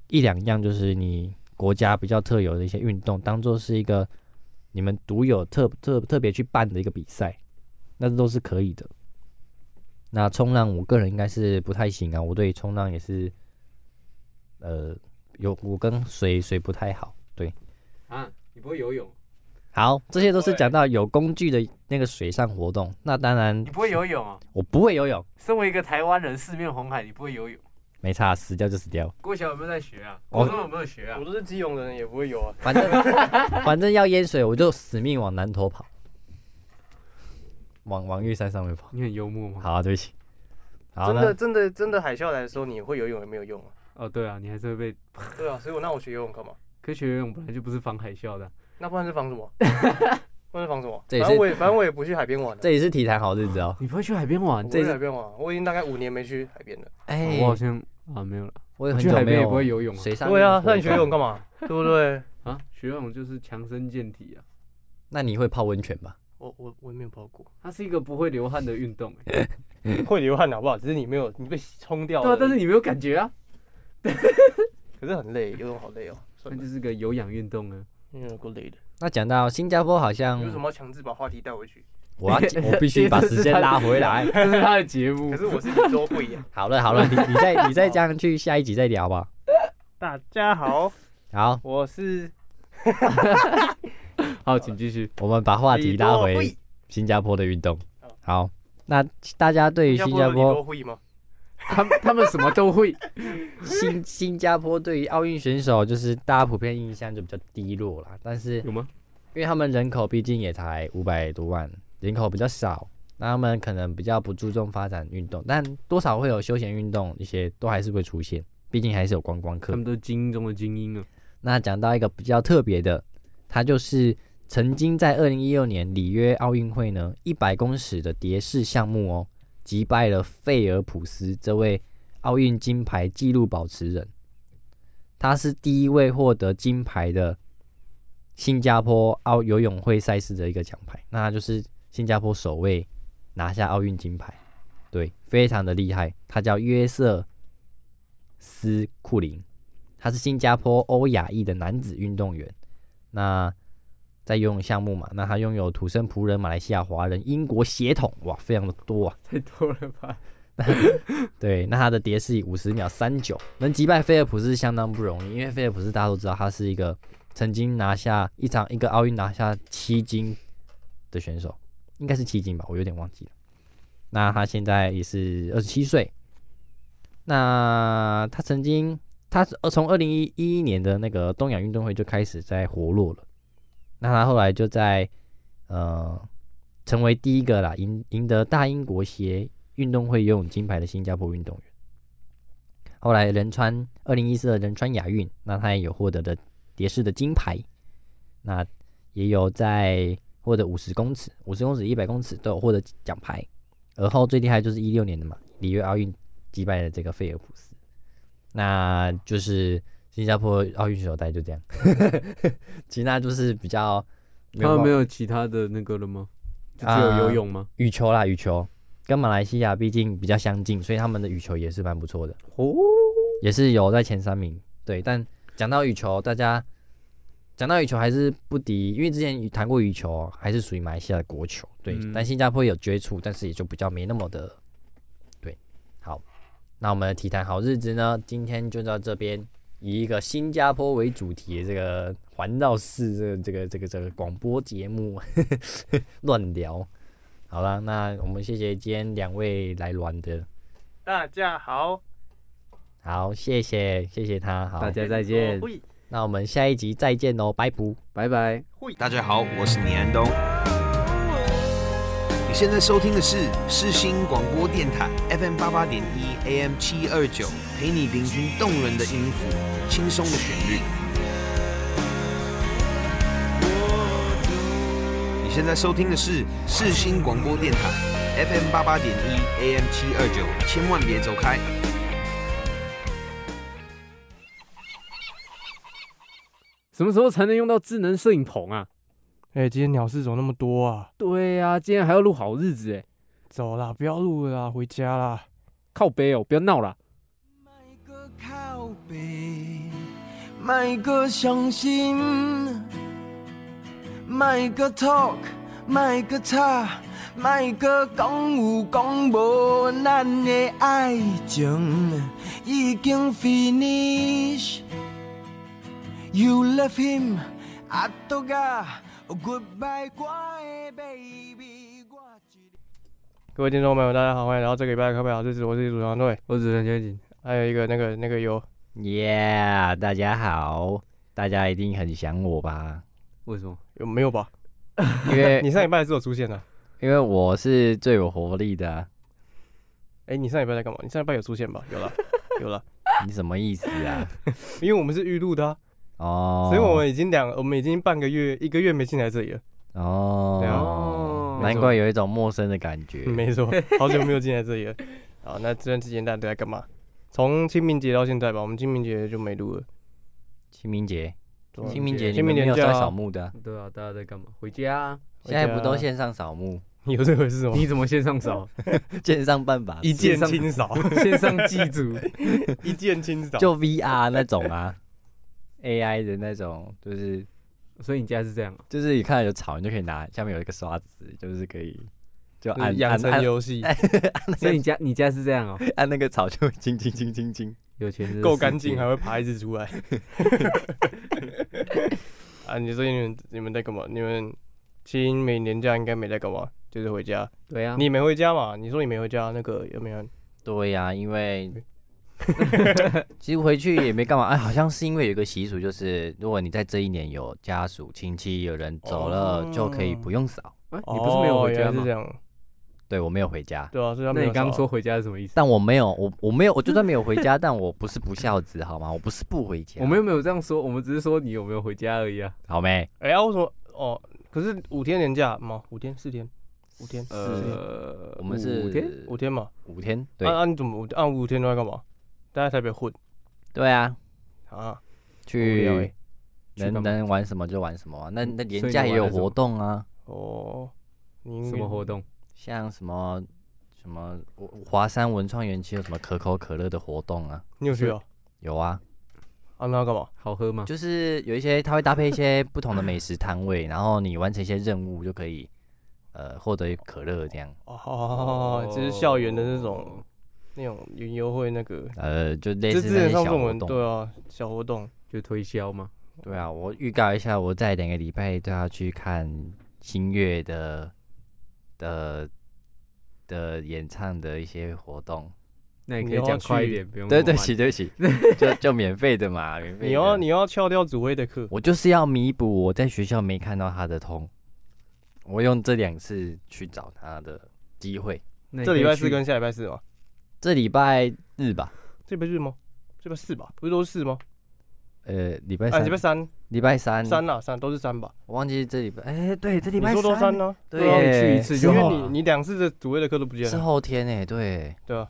Speaker 4: 一两样，就是你国家比较特有的一些运动，当做是一个你们独有特特特别去办的一个比赛，那这都是可以的。那冲浪，我个人应该是不太行啊，我对冲浪也是，呃，有我跟水水不太好，对。
Speaker 7: 啊，你不会游泳？
Speaker 4: 好，这些都是讲到有工具的那个水上活动。那当然
Speaker 7: 你，不会游泳啊？
Speaker 4: 我不会游泳，
Speaker 7: 身为一个台湾人，四面红海，你不会游泳？
Speaker 4: 没差，死掉就死掉，
Speaker 7: 郭晓有没有在学啊？
Speaker 4: 我
Speaker 7: 国中有没有学啊
Speaker 5: 我？都是基隆人，也不会游啊。
Speaker 4: 反正 (laughs) 反正要淹水，我就死命往南头跑，往往玉山上面跑。
Speaker 7: 你很幽默吗？
Speaker 4: 好、啊，对不起。好，啊
Speaker 5: 真的，
Speaker 4: 那
Speaker 5: 真的，真的海啸来的时候，你会游泳也没有用啊。
Speaker 7: 哦，对啊，你还是会被。
Speaker 5: 对啊，所以我那我学游泳干嘛？
Speaker 7: 可是学游泳本来就不是防海啸的啊，
Speaker 5: 那不然是防
Speaker 4: (laughs)
Speaker 5: 什么？不然是防什么？
Speaker 4: 这也
Speaker 5: 反
Speaker 4: 是
Speaker 5: 正我也反正我也不去海边玩了。
Speaker 4: 这也是体坛好日子哦。
Speaker 7: 你不会去海边
Speaker 5: 我
Speaker 7: 玩？
Speaker 5: 不
Speaker 7: 这
Speaker 5: 去
Speaker 7: 是
Speaker 5: 海边玩，啊我已经大概五年没去海边了。
Speaker 4: 哎、
Speaker 7: 我好像啊没有了。
Speaker 4: 我也
Speaker 7: 我
Speaker 4: 很
Speaker 7: 去
Speaker 4: 久
Speaker 7: 海
Speaker 4: 没
Speaker 7: 边也
Speaker 4: 有
Speaker 7: 不会游泳啊
Speaker 4: 水上
Speaker 5: 对啊，那你
Speaker 4: 活
Speaker 5: 学
Speaker 4: 动
Speaker 5: 游泳干
Speaker 4: (laughs)
Speaker 5: 嘛？对不对？
Speaker 7: 啊，学游泳就是强身健体啊，
Speaker 4: 那你会泡温泉吧？
Speaker 5: 我我我也没有泡过，
Speaker 7: 它是一个不会流汗的运动欸。 (laughs)
Speaker 4: 嗯
Speaker 5: (laughs) 会流汗好不好？只是你没有，你被冲掉了。
Speaker 7: 对啊，但是你没有感觉啊，
Speaker 5: 可是很累，游泳好累哦。
Speaker 7: 那
Speaker 5: 算了
Speaker 4: (laughs)
Speaker 7: 就，是个有氧运动 (laughs) 啊。
Speaker 5: 游泳有够累的。
Speaker 4: 那讲到新加坡，好像
Speaker 5: 为什么要强制把话题带回去？
Speaker 4: 我要我必须把时间拉
Speaker 5: (laughs)
Speaker 4: 回来。
Speaker 7: 这是他的节目
Speaker 5: 可。是我是一周啊不一
Speaker 4: (laughs)
Speaker 5: 样。
Speaker 4: 好了好了，你你再你再这样去下一集再聊吧。
Speaker 5: 大
Speaker 4: 啊
Speaker 5: 家好，
Speaker 4: 好，
Speaker 5: 我是
Speaker 7: (laughs) 好，请继续。
Speaker 4: 我们把话题拉
Speaker 5: 李多
Speaker 4: 回
Speaker 5: 慧
Speaker 4: 新加坡的运动
Speaker 5: 好。
Speaker 4: 好，那大家对于新加
Speaker 5: 有李
Speaker 4: 坡
Speaker 5: 多慧吗？
Speaker 7: 他们他们什么都 (laughs) 会。
Speaker 4: 新 (laughs) 新加坡对于奥运选手，就是大家普遍印象就比较低落啦。但是
Speaker 7: 有吗？
Speaker 4: 因为他们人口毕竟也才五百多万，人口比较少，那他们可能比较不注重发展运动，但多少会有休闲运动一些都还是会出现，毕竟还是有观光
Speaker 7: 他
Speaker 4: 客
Speaker 7: 们。都是精英中的精英啊。
Speaker 4: 那讲到一个比较特别的，它就是曾经在二零一六年里约奥运会呢，一百公尺的蝶式项目哦，击败了费尔普斯这位奥运金牌纪录保持人，他是第一位获得金牌的新加坡奥游泳会赛事的一个奖牌，那他就是新加坡首位拿下奥运金牌，对，非常的厉害。他叫约瑟斯库林。他是新加坡欧亚裔的男子运动员。那在游泳项目嘛，那他拥有土生葡人、马来西亚华人、英国血统，哇，非常的多啊。
Speaker 7: 太多了吧？
Speaker 4: 对，那他的蝶式以五十秒三九能击败菲尔普斯相当不容易，因为菲尔普斯大家都知道他是一个曾经拿下一场一个奥运拿下七金的选手，应该是七金吧，我有点忘记了。那他现在也是二十七岁，那他曾经他是呃从二零一一年的那个东亚运动会就开始在活络了，那他后来就在呃成为第一个啦，赢赢得大英国协运动会游泳金牌的新加坡运动员。后来仁川二零一四的仁川亚运，那他也有获得的蝶式的金牌，那也有在获得五十公尺、五十公尺、一百公尺都有获得奖牌。而后最厉害就是一六年的嘛，里约奥运击败了这个费尔普斯，那就是新加坡奥运选手大概就这样。 (laughs) 其他就是比较
Speaker 7: 他们
Speaker 4: 办法
Speaker 7: 没有啊其他的那个了吗？就只有游泳吗？
Speaker 4: 羽球啦，羽球跟马来西亚毕竟比较相近，所以他们的羽球也是蛮不错的，
Speaker 7: 哦，
Speaker 4: 也是有在前三名。对，但讲到羽球，大家讲到羽球还是不敌，因为之前谈过羽球，还是属于马来西亚的国球。对，
Speaker 7: 嗯
Speaker 4: 但新加坡有接触，但是也就比较没那么的对。好，那我们的体坛好日子呢，今天就到这边，以一个新加坡为主题的这个环绕式这个这个这个这个广播节目 (laughs) 乱聊。好啦，那我们谢谢今天两位来玩的，
Speaker 5: 大家好，
Speaker 4: 好，谢谢谢谢他，好
Speaker 7: 大，家再见，
Speaker 5: 哦会
Speaker 4: 那我们下一集再见喽，拜拜。
Speaker 7: 拜拜。
Speaker 5: 会
Speaker 9: 大家好，我是李安东。你现在收听的是世新广播电台 FM 八八点一 AM 七二九，陪你聆听动人的音符，轻松的旋律。你现在收听的是世新广播电台 FM 八八点一 AM 七二九，千万别走开。
Speaker 7: 什么时候才能用到智能摄影棚啊？
Speaker 6: 哎、今天鸟事怎么那么多啊？
Speaker 7: 对呀、今天还要录好日子哎，
Speaker 6: 走啦，不要录了啦，回家啦。
Speaker 7: 靠背哦，不要闹啦。
Speaker 10: 靠背，卖个伤心，卖个 talk，卖个吵，卖个讲有讲无，咱的爱情已经 finish。You love him，阿多噶，Goodbye，我的 baby。
Speaker 6: 各位听众朋友们，大家好，欢迎来到这个礼拜的课本好日子，我是主持人队，
Speaker 7: 我主持人娟景，
Speaker 6: 还有一个那个那个有，
Speaker 4: Yeah，大家好，大家一定很想我吧？
Speaker 6: (laughs)
Speaker 7: 为什么？
Speaker 6: 有没有吧？
Speaker 4: 因为
Speaker 6: 你上礼拜还是有出现的、啊
Speaker 4: 因为我是最有活力的啊，
Speaker 6: 哎、你上礼拜在干嘛？你上礼拜有出现吧？有 (laughs) 了，有了，
Speaker 4: 你什么意思啊？
Speaker 6: 因为我们是预录的、啊，
Speaker 4: 哦，
Speaker 6: (laughs) 所以我们已经两，我们已经半个月、一个月没进来这里了。对啊嗯
Speaker 4: 哦，难怪有一种陌生的感觉。
Speaker 6: 没 (laughs) 错，好久没有进来这里了。好，那这段时间大家都在干嘛？从清明节到现在吧，我们清明节就没录了。
Speaker 4: 清明节，
Speaker 6: 对啊
Speaker 4: 清明节你
Speaker 6: 清
Speaker 4: 们
Speaker 6: 明
Speaker 4: 没
Speaker 6: 节
Speaker 4: 有在
Speaker 6: 假啊
Speaker 4: 扫墓的啊，
Speaker 7: 对啊，大家在干嘛？回家、啊。
Speaker 4: 现在不都线上扫墓， (laughs)
Speaker 6: 有这回事吗？
Speaker 7: 你怎么线上扫？
Speaker 4: 线上办法，
Speaker 6: 哦 (laughs) 一键清扫，
Speaker 7: 线上祭祖？
Speaker 6: (laughs)
Speaker 7: (laughs)
Speaker 6: 一键清扫。
Speaker 4: 就 VR 那种啊，AI 的那种，就是
Speaker 7: 所以你家是这样、
Speaker 6: (laughs)
Speaker 7: 啊？
Speaker 4: 就是你看到有草，你就可以拿下面有一个刷子，就是可以就
Speaker 6: 就是
Speaker 4: 按
Speaker 6: 嗯养
Speaker 4: 按
Speaker 6: 成
Speaker 4: 按
Speaker 6: 游戏，
Speaker 7: 所以你家你家是这样哦、
Speaker 4: (laughs) 按那个草就会清清清清清。
Speaker 7: 有钱人的
Speaker 6: 够
Speaker 7: 世
Speaker 6: 干净
Speaker 7: 界
Speaker 6: 还会爬一只 (laughs) 出来。啊，你说你们你们在干嘛？你们清明年假应该没在干嘛？就是回家。
Speaker 7: 对啊，
Speaker 6: 你没回家嘛？你说你没回家，那个有没有？
Speaker 4: 对呀、因 (laughs) 为其实回去也没干嘛。哎，好像是因为有一个习俗，就是如果你在这一年有家属、亲戚、有人走了，就可以不用扫。
Speaker 7: 啊你不是没有回
Speaker 6: 哦
Speaker 7: 家
Speaker 6: 原来是
Speaker 7: 吗
Speaker 6: 这？样，
Speaker 4: 对我没有回家，
Speaker 6: 对啊，所以他
Speaker 7: 那
Speaker 6: 没
Speaker 7: 你
Speaker 6: 有
Speaker 7: 刚刚
Speaker 6: 扫
Speaker 7: 说回家是什么意思？
Speaker 4: 但我没有，我我没有，我就算没有回 (laughs) 家，但我不是不孝子，好吗？我不是不回家，
Speaker 7: 我们又没有这样说，我们只是说你有没有回家而已啊。
Speaker 4: 好没？
Speaker 6: 哎、呀，为什么？哦，可是五天年假嘛，五天四天，五天四天
Speaker 7: 呃，
Speaker 4: 我们
Speaker 7: 五天
Speaker 4: 是
Speaker 6: 五天嘛。
Speaker 4: 五天，对
Speaker 6: 那那、啊你怎么按、啊、五天都在干嘛？待在台北混
Speaker 4: 对啊，
Speaker 6: 啊？无聊
Speaker 4: 去
Speaker 6: 欸
Speaker 7: 去干嘛
Speaker 4: 能能玩什么就玩什么啊。那
Speaker 6: 嗯
Speaker 4: 那
Speaker 7: 所
Speaker 4: 年
Speaker 7: 以
Speaker 4: 假
Speaker 7: 你
Speaker 4: 也
Speaker 7: 玩
Speaker 4: 有
Speaker 7: 了什么
Speaker 4: 活动啊，
Speaker 6: 哦，你应
Speaker 7: 什
Speaker 6: 该
Speaker 7: 么活？动？
Speaker 4: 像什么什么华山文创园区有什么可口可乐的活动啊，
Speaker 6: 你有去啊？
Speaker 4: 有啊。
Speaker 6: 啊，那要干嘛？
Speaker 7: 好喝吗？
Speaker 4: 就是有一些它会搭配一些不同的美食摊
Speaker 6: (laughs)
Speaker 4: 位，然后你完成一些任务就可以，呃，获得可乐这样。
Speaker 6: 哦，就是校园的那种那种云优惠那个，
Speaker 4: 呃，就类
Speaker 6: 就
Speaker 4: 似
Speaker 6: 之
Speaker 4: 那
Speaker 6: 前
Speaker 4: 些
Speaker 6: 上
Speaker 4: 小
Speaker 6: 次我
Speaker 4: 活
Speaker 6: 们
Speaker 4: 动。
Speaker 6: 对啊，小活动。
Speaker 7: 就推销嘛。
Speaker 4: 对啊，我预告一下，我在两个礼拜都要去看新月的的的演唱的一些活动。
Speaker 7: 那你
Speaker 6: 你
Speaker 7: 可以
Speaker 6: 要
Speaker 7: 讲快一
Speaker 6: 去
Speaker 7: 点，不用
Speaker 4: 对
Speaker 7: 那
Speaker 4: 对
Speaker 7: 么
Speaker 4: 不起对不
Speaker 6: (laughs)
Speaker 4: 起，就就免费的嘛，免费的。
Speaker 6: 你要你要翘掉指挥的课，
Speaker 4: 我就是要弥补我在学校没看到他的痛，我用这两次去找他的机会。
Speaker 7: 慢
Speaker 6: 这礼拜四
Speaker 7: 是
Speaker 6: 跟下礼拜四嘛？
Speaker 4: 这礼拜日吧，
Speaker 6: 这礼拜日吗？这礼拜四吧？不是都是四吗？
Speaker 4: 呃，礼拜
Speaker 6: 啊，
Speaker 4: 三
Speaker 6: 礼拜，三
Speaker 4: 礼拜三，
Speaker 6: 三啦，三都是三吧？
Speaker 4: 我忘记这礼拜，哎，对，这礼
Speaker 6: 你
Speaker 4: 拜
Speaker 6: 说都三，呢？
Speaker 4: 对
Speaker 7: 啊
Speaker 4: 耶，
Speaker 7: 你去一次
Speaker 4: 是
Speaker 7: 就
Speaker 6: 因为
Speaker 7: 好
Speaker 4: 后
Speaker 6: 你你两次的指挥的课都不见
Speaker 4: 是
Speaker 6: 了，
Speaker 4: 后天哎，对，
Speaker 6: 对啊，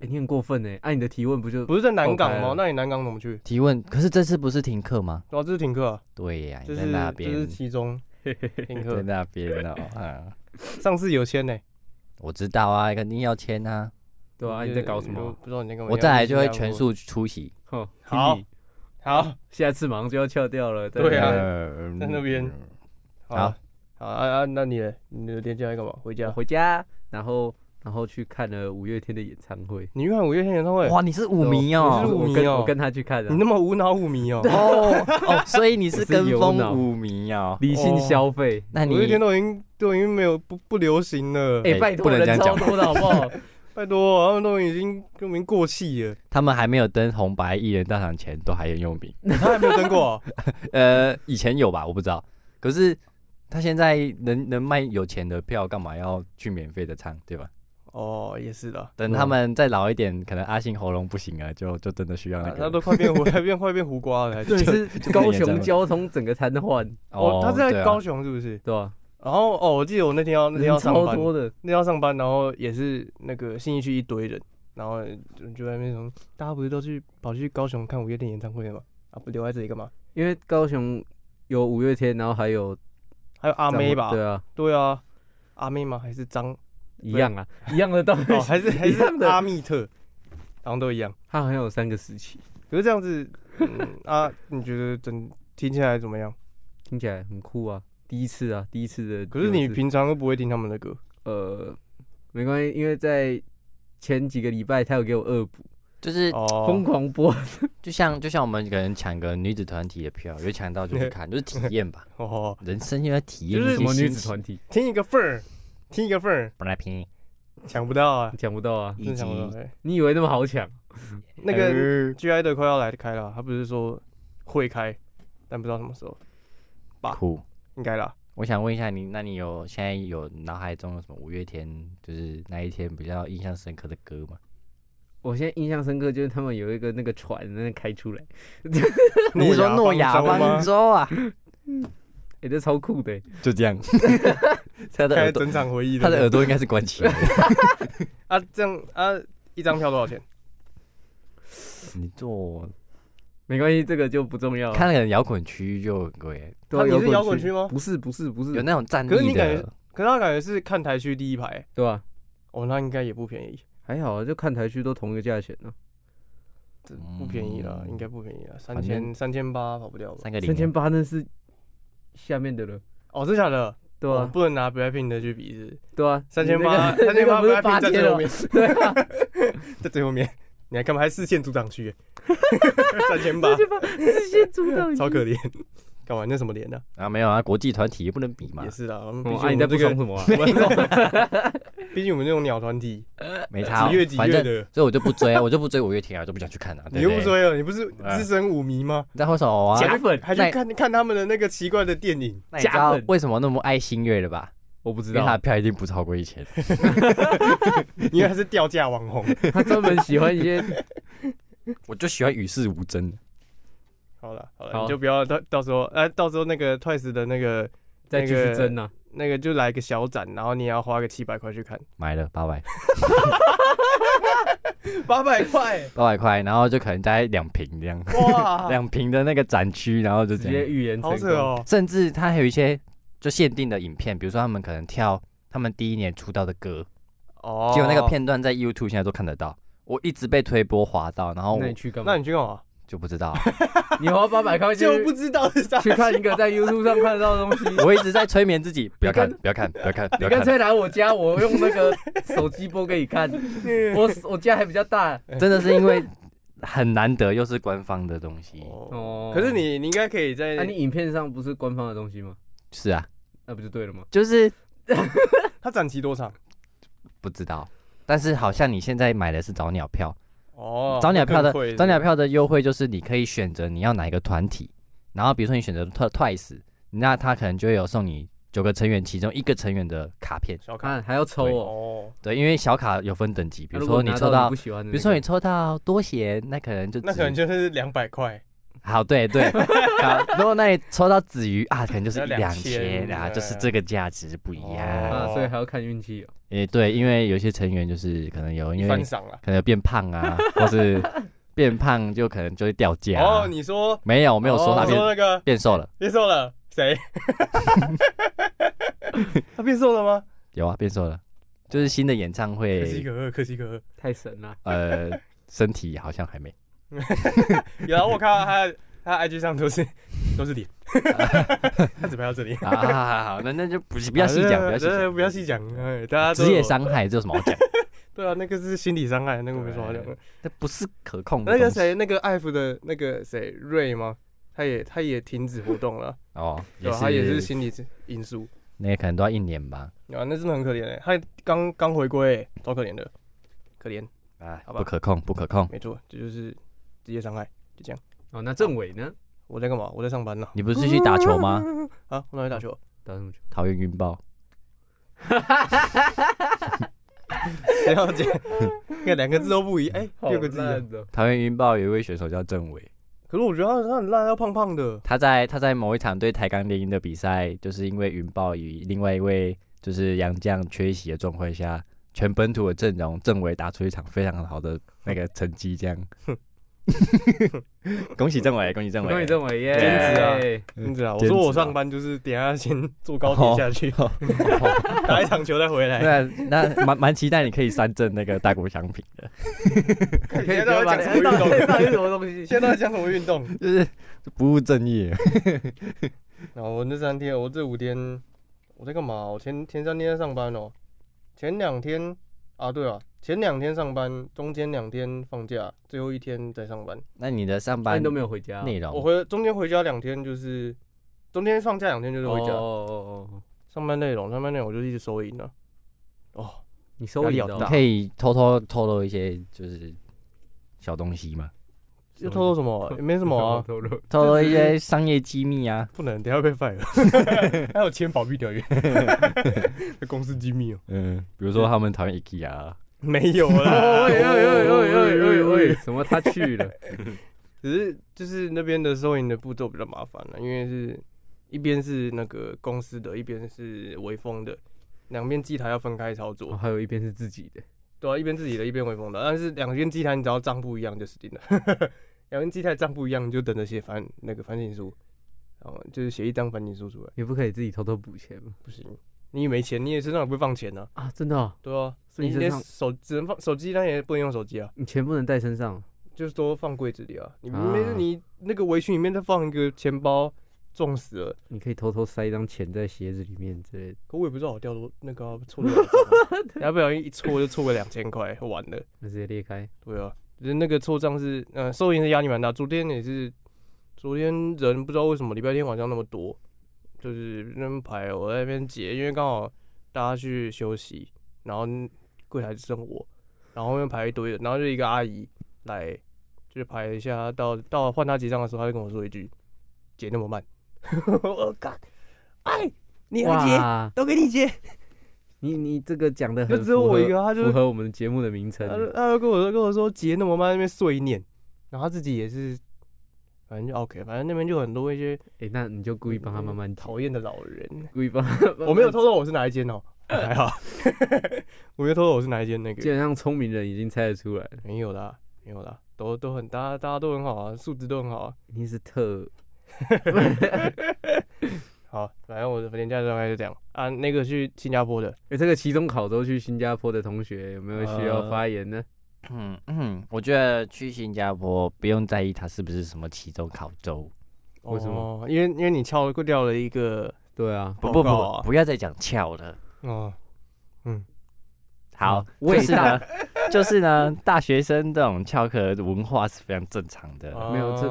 Speaker 7: 哎你很过分哎，按你的提问不就
Speaker 6: 不是在南港
Speaker 4: 啊
Speaker 7: 爆开
Speaker 6: 吗
Speaker 7: 了？
Speaker 6: 那你南港怎么去？
Speaker 4: 提问，可是这次不是停课吗？
Speaker 6: 对啊，这是停课啊，
Speaker 4: 对呀，
Speaker 6: 这
Speaker 4: 你哎在
Speaker 6: 是
Speaker 4: 那
Speaker 6: 这是
Speaker 4: 边，(laughs)
Speaker 6: 期中停
Speaker 4: 在
Speaker 6: 课。
Speaker 4: 那边哦，啊，
Speaker 6: 上次有签呢，
Speaker 4: 我知道啊，肯定要签啊，
Speaker 7: 对
Speaker 6: 呃
Speaker 7: 啊？你在搞什么？
Speaker 6: 不知道你在干嘛。
Speaker 4: 我再来就
Speaker 6: 啊
Speaker 4: 会全。数出席，
Speaker 7: 哦，听
Speaker 6: 好
Speaker 7: 你，
Speaker 6: 好，
Speaker 7: 下次马上就要翘掉了。
Speaker 6: 对啊
Speaker 4: 呃
Speaker 6: 在那边好
Speaker 4: 好，
Speaker 6: 好啊啊，那你嘞你的年假要干嘛？回
Speaker 7: 我
Speaker 6: 家？
Speaker 7: 回家，然后然后去看了五月天的演唱会。
Speaker 6: 你去看五月天演唱会？
Speaker 4: 哇，你是舞迷
Speaker 6: 我是
Speaker 4: 哦，
Speaker 6: 舞
Speaker 7: 我
Speaker 6: 迷
Speaker 7: 跟
Speaker 6: 哦
Speaker 7: 我跟他去看啊的
Speaker 6: 你，那么无脑舞迷哦。
Speaker 4: 哦 (laughs) 哦，所以你是跟
Speaker 7: 我是有脑
Speaker 4: 风舞迷
Speaker 6: 啊
Speaker 4: (laughs) 哦，
Speaker 7: 理性消费。
Speaker 4: 那你
Speaker 6: 五月天都已经都已经没有不不流行了，
Speaker 7: 哎，
Speaker 4: 哎
Speaker 7: 拜托，
Speaker 4: 不能这
Speaker 7: 人
Speaker 4: 样
Speaker 7: 超
Speaker 4: 讲
Speaker 7: 多的好不
Speaker 6: (laughs)
Speaker 7: 好？
Speaker 6: 拜托，他们都已经都已经过
Speaker 4: (laughs)
Speaker 6: 气了，
Speaker 4: 他们还没有登红白艺人大赏前都还有用品。
Speaker 6: 他还没有登过啊。
Speaker 4: 呃，以前有吧，我不知道。可是他现在能能卖有钱的票，干嘛要去免费的唱，对吧？
Speaker 6: 哦，也是的，
Speaker 4: 等他们再老一点，可能阿信喉咙不行了，就就真的需要那
Speaker 6: 啊
Speaker 4: 个。
Speaker 6: 他都快变胡，快变快变胡瓜了。还
Speaker 7: 对，
Speaker 6: 是
Speaker 7: 是高雄交通整个瘫痪，
Speaker 6: 哦，他是在
Speaker 4: 对啊
Speaker 6: 高雄是不是？
Speaker 7: 对吧？
Speaker 6: 然后哦，我记得我那天要那天要
Speaker 7: 人
Speaker 6: 上
Speaker 7: 超
Speaker 6: 班，
Speaker 7: 多的
Speaker 6: 那天要上班，然后也是那个信义区一堆人，然后就就在那边什么，大家不是都去跑去高雄看五月天演唱会了吗？啊，不留在这里干嘛？
Speaker 7: 因为高雄有五月天，然后还有
Speaker 6: 还有阿妹吧？
Speaker 7: 对啊，，
Speaker 6: 对啊，阿妹吗？还是张？
Speaker 7: 一样
Speaker 6: (laughs)
Speaker 7: 啊，一样的道理，
Speaker 6: 哦，还是还
Speaker 7: 一
Speaker 6: 是
Speaker 7: 样的
Speaker 6: 阿密特，好像都一样。
Speaker 7: 他好像有三个时期，
Speaker 6: 可是这样子，嗯啊，你觉得整听起来怎么样？
Speaker 7: 听起来很酷啊，第一次啊，第一次的。
Speaker 6: 可是你平常都不会听他们的歌，
Speaker 7: 呃，没关系，因为在前几个礼拜他有给我恶补，
Speaker 4: 就是
Speaker 6: 哦
Speaker 7: 疯狂播，
Speaker 4: 就像就像我们可能抢个女子团体的票，有抢到就
Speaker 6: (laughs)
Speaker 4: 去看，就是体验吧。
Speaker 6: 哦，
Speaker 4: 人生就要体验
Speaker 6: 就是
Speaker 4: 一些
Speaker 6: 什么女
Speaker 4: 新
Speaker 6: 子
Speaker 4: 奇
Speaker 6: 团体听一个缝儿，听一个缝儿，
Speaker 4: 不来拼。
Speaker 6: 抢不到啊，
Speaker 7: 抢不到啊，
Speaker 6: 真抢不到。哎
Speaker 7: 你以为那么好抢？
Speaker 6: 那个 G I 的快要来开了，他不是说会开，但不知道什么时候。吧，
Speaker 4: 酷，
Speaker 6: 应该啦。
Speaker 4: 我想问一下你，那你有现在有脑海中有什么五月天就是那一天比较印象深刻的歌
Speaker 6: (laughs)
Speaker 4: 吗？
Speaker 7: 我现在印象深刻就是他们有一个那个船在那开出来，
Speaker 4: 你是说诺亚方舟啊？
Speaker 7: 哎、这超酷的欸、
Speaker 4: 就这样， (laughs) 他的
Speaker 6: 开
Speaker 4: 耳朵
Speaker 6: 整场回忆的
Speaker 4: 他的耳朵应该是关起来的。 (laughs)
Speaker 6: 啊，这样啊，一张票多少钱？
Speaker 4: 你
Speaker 6: 哦
Speaker 4: 做
Speaker 7: 没关系，这个就不重要了。
Speaker 4: 看那个摇滚区就很贵，
Speaker 7: 对啊
Speaker 6: 你是摇
Speaker 7: 滚
Speaker 6: 滚区吗
Speaker 7: 不是，不是，不是，
Speaker 4: 有那种站
Speaker 6: 可是
Speaker 4: 立
Speaker 6: 你感觉
Speaker 4: 的，，
Speaker 6: 可是他感觉是看台区第一排欸，
Speaker 7: 对吧、
Speaker 6: 哦，那应该也不便宜，
Speaker 7: 还好啊，就看台区都同一个价钱啊呢、
Speaker 6: 这不便宜啦，应该不便宜啦，三
Speaker 4: 反正
Speaker 6: 千三千八跑不掉吧？
Speaker 4: 三个
Speaker 7: 嗯三千
Speaker 4: 零，啊
Speaker 7: 八那是下面的了，
Speaker 6: 哦，真假的？
Speaker 7: 对啊
Speaker 6: 哦不能拿 BLACKPINK 的去比是
Speaker 7: 对啊，
Speaker 6: 三千
Speaker 7: 你那
Speaker 6: 八，
Speaker 7: 个 (laughs)
Speaker 6: 三千八
Speaker 7: 那个不是
Speaker 6: BLACKPINK
Speaker 7: 八
Speaker 6: 在
Speaker 7: 千
Speaker 6: 最
Speaker 7: 了
Speaker 6: 后面，
Speaker 7: 对啊，
Speaker 6: (laughs) 在最后面，你还干嘛？还四线组长
Speaker 7: (laughs)
Speaker 6: 区欸，三千八，
Speaker 7: 四线主导
Speaker 6: 超可怜，干嘛？那什么脸呢？
Speaker 4: 啊没有啊，国际团体也不能比嘛
Speaker 6: 也，是啦，我们
Speaker 7: 哦
Speaker 6: 毕
Speaker 7: 啊
Speaker 6: 竟
Speaker 7: 你
Speaker 6: 这
Speaker 7: 在不
Speaker 6: 个
Speaker 7: 爽什么 (laughs) 啊
Speaker 6: 我们这种毕竟我们这种鸟团体，
Speaker 4: 没差哦
Speaker 6: 几月，几
Speaker 4: 反
Speaker 6: 月
Speaker 4: 正
Speaker 6: 的，
Speaker 4: 所以我就不追啊，我就不追五月天啊，我就不想去看啊。对
Speaker 6: 你又
Speaker 4: 不
Speaker 6: 不
Speaker 4: 对？
Speaker 6: 追了，你不是
Speaker 4: 哎
Speaker 6: 资深舞迷吗？
Speaker 4: 你在挥手啊？
Speaker 6: (laughs) 假
Speaker 7: 粉
Speaker 6: 还去看看他们的那个奇怪的电
Speaker 7: (laughs)
Speaker 6: 影，
Speaker 4: 那你知
Speaker 7: 假
Speaker 4: 道
Speaker 7: 粉
Speaker 4: 为什么那么爱新月了吧？
Speaker 7: 我不知
Speaker 4: 因为他的
Speaker 7: 道，
Speaker 4: 票一定不超过一千。 (laughs)
Speaker 6: 因为他是掉价网红。
Speaker 7: 他专门喜欢一些
Speaker 4: 我就喜欢与世无争。
Speaker 6: 好了好了，
Speaker 7: 好
Speaker 6: 你就不要到到时候，哎，到时候那个 Twice 的那个
Speaker 7: 再继续争啊，
Speaker 6: 那个就来个小展，然后你也要花个七百块去看，
Speaker 4: 买了八百
Speaker 6: 八百 (laughs) 块，
Speaker 4: 八百块，然后就可能大概两瓶这样，
Speaker 6: 哇，
Speaker 4: 两瓶的那个展区，然后就
Speaker 7: 哦直
Speaker 4: 这
Speaker 7: 接
Speaker 4: 样。
Speaker 7: 预言成
Speaker 6: 好扯
Speaker 7: 功。
Speaker 6: 哦，
Speaker 4: 甚至它还有一些就限定的影片，比如说他们可能跳他们第一年出道的歌，
Speaker 6: 哦，
Speaker 4: 结果那个，片段在 YouTube 现在都看得到。我一直被推播滑到，然后我
Speaker 7: 那你去干嘛
Speaker 6: 那？你去干嘛？
Speaker 4: 就不知道，
Speaker 7: (laughs)
Speaker 4: (laughs)
Speaker 7: 你花八百块钱
Speaker 6: 就不知道是啥，
Speaker 7: 去看一个在 YouTube 上看得到的东西。
Speaker 4: 我一直在催眠自己，不要看
Speaker 7: (laughs) 你，
Speaker 4: 不要看，不要看，不
Speaker 7: 你
Speaker 4: 要
Speaker 7: 干
Speaker 4: 看，
Speaker 7: 脆来我家，我用那个手机播给你 (laughs) 看。我我家还比较大
Speaker 4: (laughs) 真的是因为很难得，又是官方的东西。
Speaker 6: 哦，
Speaker 7: 哦。
Speaker 6: 可是，你你应该可以在
Speaker 4: 啊
Speaker 7: 那、啊你影片上不是官方的东西吗？
Speaker 4: 是啊，
Speaker 7: 那不就对了吗？
Speaker 4: 就是
Speaker 6: 它展期多长？
Speaker 4: 不知道，但是好像你现在买的是早鸟票，
Speaker 6: 哦，
Speaker 4: 早鸟票
Speaker 6: 更贵
Speaker 4: 的早鸟，票的优惠就是你可以选择你要哪一个团体，然后比如说你选择 Twi- Twice，那他可能就会有送你九个成员其中一个成员的啊卡片。
Speaker 6: 小卡
Speaker 7: 看还要抽哦。
Speaker 6: 哦，
Speaker 4: 对，因为小卡有分等级，比
Speaker 7: 那
Speaker 4: 如
Speaker 7: 果
Speaker 4: 说你
Speaker 7: 拿
Speaker 4: 抽
Speaker 7: 到
Speaker 4: 到，
Speaker 7: 不
Speaker 4: 比
Speaker 7: 喜欢的那个，
Speaker 4: 如说你抽到多贤，那可能就
Speaker 6: 那
Speaker 4: 只
Speaker 6: 可能就是两百块，
Speaker 4: 好，对对。好，如果那你抽到子瑜啊，可能就是
Speaker 6: 要
Speaker 4: 一两
Speaker 6: 2000
Speaker 4: 千啊，就是这个价值不一样。
Speaker 7: 啊，
Speaker 6: 哦
Speaker 7: 所以还要看运气哦。
Speaker 4: 诶，对，因为有些成员就是可能有因为
Speaker 6: 翻赏了。
Speaker 4: 可能有变胖啊，或是变胖就可能就会掉价啊。
Speaker 6: 哦，你说
Speaker 4: 没有，我没有说
Speaker 6: 哦
Speaker 4: 他
Speaker 6: 你
Speaker 4: 变
Speaker 6: 说那个
Speaker 4: 变瘦了，
Speaker 6: 变瘦了，
Speaker 4: (laughs)
Speaker 6: 谁？ (laughs) 他变瘦了吗？
Speaker 4: 有啊，变瘦了，就是新的演唱
Speaker 6: 可
Speaker 4: 会，
Speaker 6: 喜可贺，可喜可贺。
Speaker 7: 太神了，
Speaker 4: 呃， (laughs) 身体好像还没，
Speaker 6: 然啊后我看到他的他的 IG 上都是都是
Speaker 4: (laughs)
Speaker 6: 脸，他只拍到这里。
Speaker 4: 啊，好好好，那那就不是不要细讲，不要细
Speaker 6: 对对对
Speaker 4: 讲，
Speaker 6: 不要细讲，哎，大家都
Speaker 4: 职业
Speaker 6: 有
Speaker 4: 伤害这有什么好讲？ (laughs)
Speaker 6: 对啊，那个是心理伤害，那个我没说好讲。
Speaker 4: 那不是可控的
Speaker 6: 那个
Speaker 4: 东西
Speaker 6: 谁，那个艾弗的那个谁瑞吗？他也他也停止活动
Speaker 4: (laughs)
Speaker 6: 了，
Speaker 4: 哦，
Speaker 6: 对
Speaker 4: 也
Speaker 6: 啊，他也是
Speaker 4: 是，
Speaker 6: 心理因素
Speaker 4: 那可能都要一年吧，
Speaker 6: 啊，那真的很可怜哎，他刚刚回归欸，超可怜的，可怜，
Speaker 4: 啊，
Speaker 6: 好吧
Speaker 4: 不可控，不可控。
Speaker 6: 没错，这就是职业伤害，就这样。
Speaker 7: 哦，那政委呢？
Speaker 6: 我在干嘛？我在上班呢。
Speaker 4: 你不是去打球
Speaker 6: (laughs)
Speaker 4: 吗？
Speaker 6: 啊，我哪里
Speaker 4: (laughs)
Speaker 6: 打球？
Speaker 7: 打什么球？
Speaker 4: 桃园云豹，
Speaker 6: 谁要讲？看两个字都不一，哎，
Speaker 7: 好啊
Speaker 6: 六个字一样
Speaker 7: 烂的，
Speaker 4: 桃园云豹有一位选手叫郑伟，
Speaker 6: 可是我觉得他他很烂，他胖胖的。
Speaker 4: 他在他在某一场对台钢猎鹰的比赛，就是因为云豹与另外一位就是杨将缺席的状况下，全本土的阵容郑伟打出一场非常好的那个成绩，这 (laughs) 样。恭喜政委，恭喜政委，
Speaker 7: 恭喜政委耶
Speaker 6: 兼职啊
Speaker 7: 对，
Speaker 6: 兼职啊！我
Speaker 4: 兼职
Speaker 6: 说
Speaker 4: 啊哦
Speaker 6: 我上班就是等一下先坐高铁下去， (laughs) 打一场球再回来。
Speaker 4: 对，啊那蛮蛮期待你可以三振那个大谷翔平的，
Speaker 6: 可以
Speaker 7: 可以
Speaker 6: 现在都在讲什么运动？
Speaker 7: 到底到底是什么东西
Speaker 6: 现在都在讲什么运动？
Speaker 4: 就是不务正业。
Speaker 6: 然后我那三天，我这五天我在干嘛？我前前三天在上班哦，前两天啊，对啊，前两天上班，中间两天放假，最后一天在上班。
Speaker 4: 那你的上
Speaker 7: 那
Speaker 4: 班
Speaker 7: 你都没有回家啊
Speaker 4: 内容，
Speaker 6: 我回中间回家两天，就是中间放假两天就是回家。
Speaker 7: 哦哦哦，
Speaker 6: 上班内容，上班内容我就是一直收银啊。哦，
Speaker 7: 你收
Speaker 6: 压
Speaker 7: 银
Speaker 6: 力
Speaker 7: 的
Speaker 6: 好
Speaker 7: 哦
Speaker 6: 大
Speaker 4: 可以偷偷透露一些就是小东西吗？
Speaker 6: 又透露什么？也没什么啊，
Speaker 7: 透露
Speaker 4: 透露一
Speaker 7: (laughs)
Speaker 4: 些商业机密啊。
Speaker 6: 不能，等一下被 fire。还有 (laughs) 签保密条约，公司机密哦。
Speaker 4: 嗯，比如说他们讨厌 IKEA，啊
Speaker 6: 没有 (laughs) 啦，
Speaker 7: 喂喂喂喂喂喂， (laughs) 什么他去了？
Speaker 6: 只是就是那边的收银的步骤比较麻烦啊了，因为是一边是那个公司的，一边是微风的，两边机台要分开操
Speaker 7: 哦，
Speaker 6: 作。
Speaker 7: 还有一边是自己的，
Speaker 6: 对啊，一边自己的，一边微风的，但是两边机台你只要账不一样就死定了。 (laughs) 两边机台账不一样，你就等着写反那个反省书，然后就是写一张反省书出来，
Speaker 7: 也不可以自己偷偷补钱吗？
Speaker 6: 不行，你也没钱，你也身上也不会放钱啊。
Speaker 7: 啊，真的哦，
Speaker 6: 对啊，
Speaker 7: 所以
Speaker 6: 你
Speaker 7: 你身
Speaker 6: 连
Speaker 7: 上
Speaker 6: 手只能放手机，那也不能用手机啊，
Speaker 7: 你钱不能带身上，
Speaker 6: 就是都放柜子里啊。你
Speaker 7: 啊
Speaker 6: 没事，你那个围裙里面再放一个钱包，重死了。
Speaker 7: 你可以偷偷塞一张钱在鞋子里面之类的。
Speaker 6: 可我也不知道我掉多那个啊 (laughs) 错多少张啊，要不小心一错就错个两千块，完了。
Speaker 7: 那直接裂开，
Speaker 6: 对啊，就是那个错账是，呃，收银是压力蛮大。昨天也是，昨天人不知道为什么礼拜天晚上那么多，就是那边排我在那边解，因为刚好大家去休息，然后柜台只剩我，然后后面排一堆人，然后就一个阿姨来，就是排一下到到换她结账的时候，她就跟我说一句：“结那么慢。” (laughs) 我靠，哎，你要结
Speaker 7: 哇，
Speaker 6: 都给你结。
Speaker 7: 你你这个讲的很
Speaker 6: 那只有我
Speaker 7: 符合
Speaker 6: 一个他就是
Speaker 7: 符合我们节目的名
Speaker 6: 他就
Speaker 7: 称。
Speaker 6: 他就跟我说跟我说姐那么慢那边碎念，然后他自己也是，反正就 OK，反正那边就很多一些
Speaker 7: 哎，那你就故意帮他慢慢讨，
Speaker 6: 讨厌的老人。
Speaker 7: 故
Speaker 6: (laughs)
Speaker 7: 意帮他慢慢
Speaker 6: 我没有透露我是哪一间哦，还好，我没有透露我是哪一间那
Speaker 7: 基
Speaker 6: 个，
Speaker 7: 本上聪明人已经猜得出来了，
Speaker 6: 没有啦，没有啦，都都很大家大家都很好啊，素质都很好啊。
Speaker 7: 一定是特
Speaker 6: 好，反正我的廉价大概就这样啊。那个去新加坡的，
Speaker 7: 哎、这个期中考周去新加坡的同学有没有需要发言呢？
Speaker 4: 嗯嗯，我觉得去新加坡不用在意它是不是什么期中考周，
Speaker 7: 为什么
Speaker 6: 哦？因为因为你翘过掉了一个
Speaker 7: 对啊，
Speaker 4: 不不
Speaker 6: 报告啊
Speaker 4: 不，不要再讲翘了。
Speaker 6: 哦，
Speaker 4: 好，
Speaker 6: 嗯
Speaker 7: 味
Speaker 4: 就是呢，就是呢，大学生这种翘课文化是非常正常的。
Speaker 7: 没有这
Speaker 6: 这，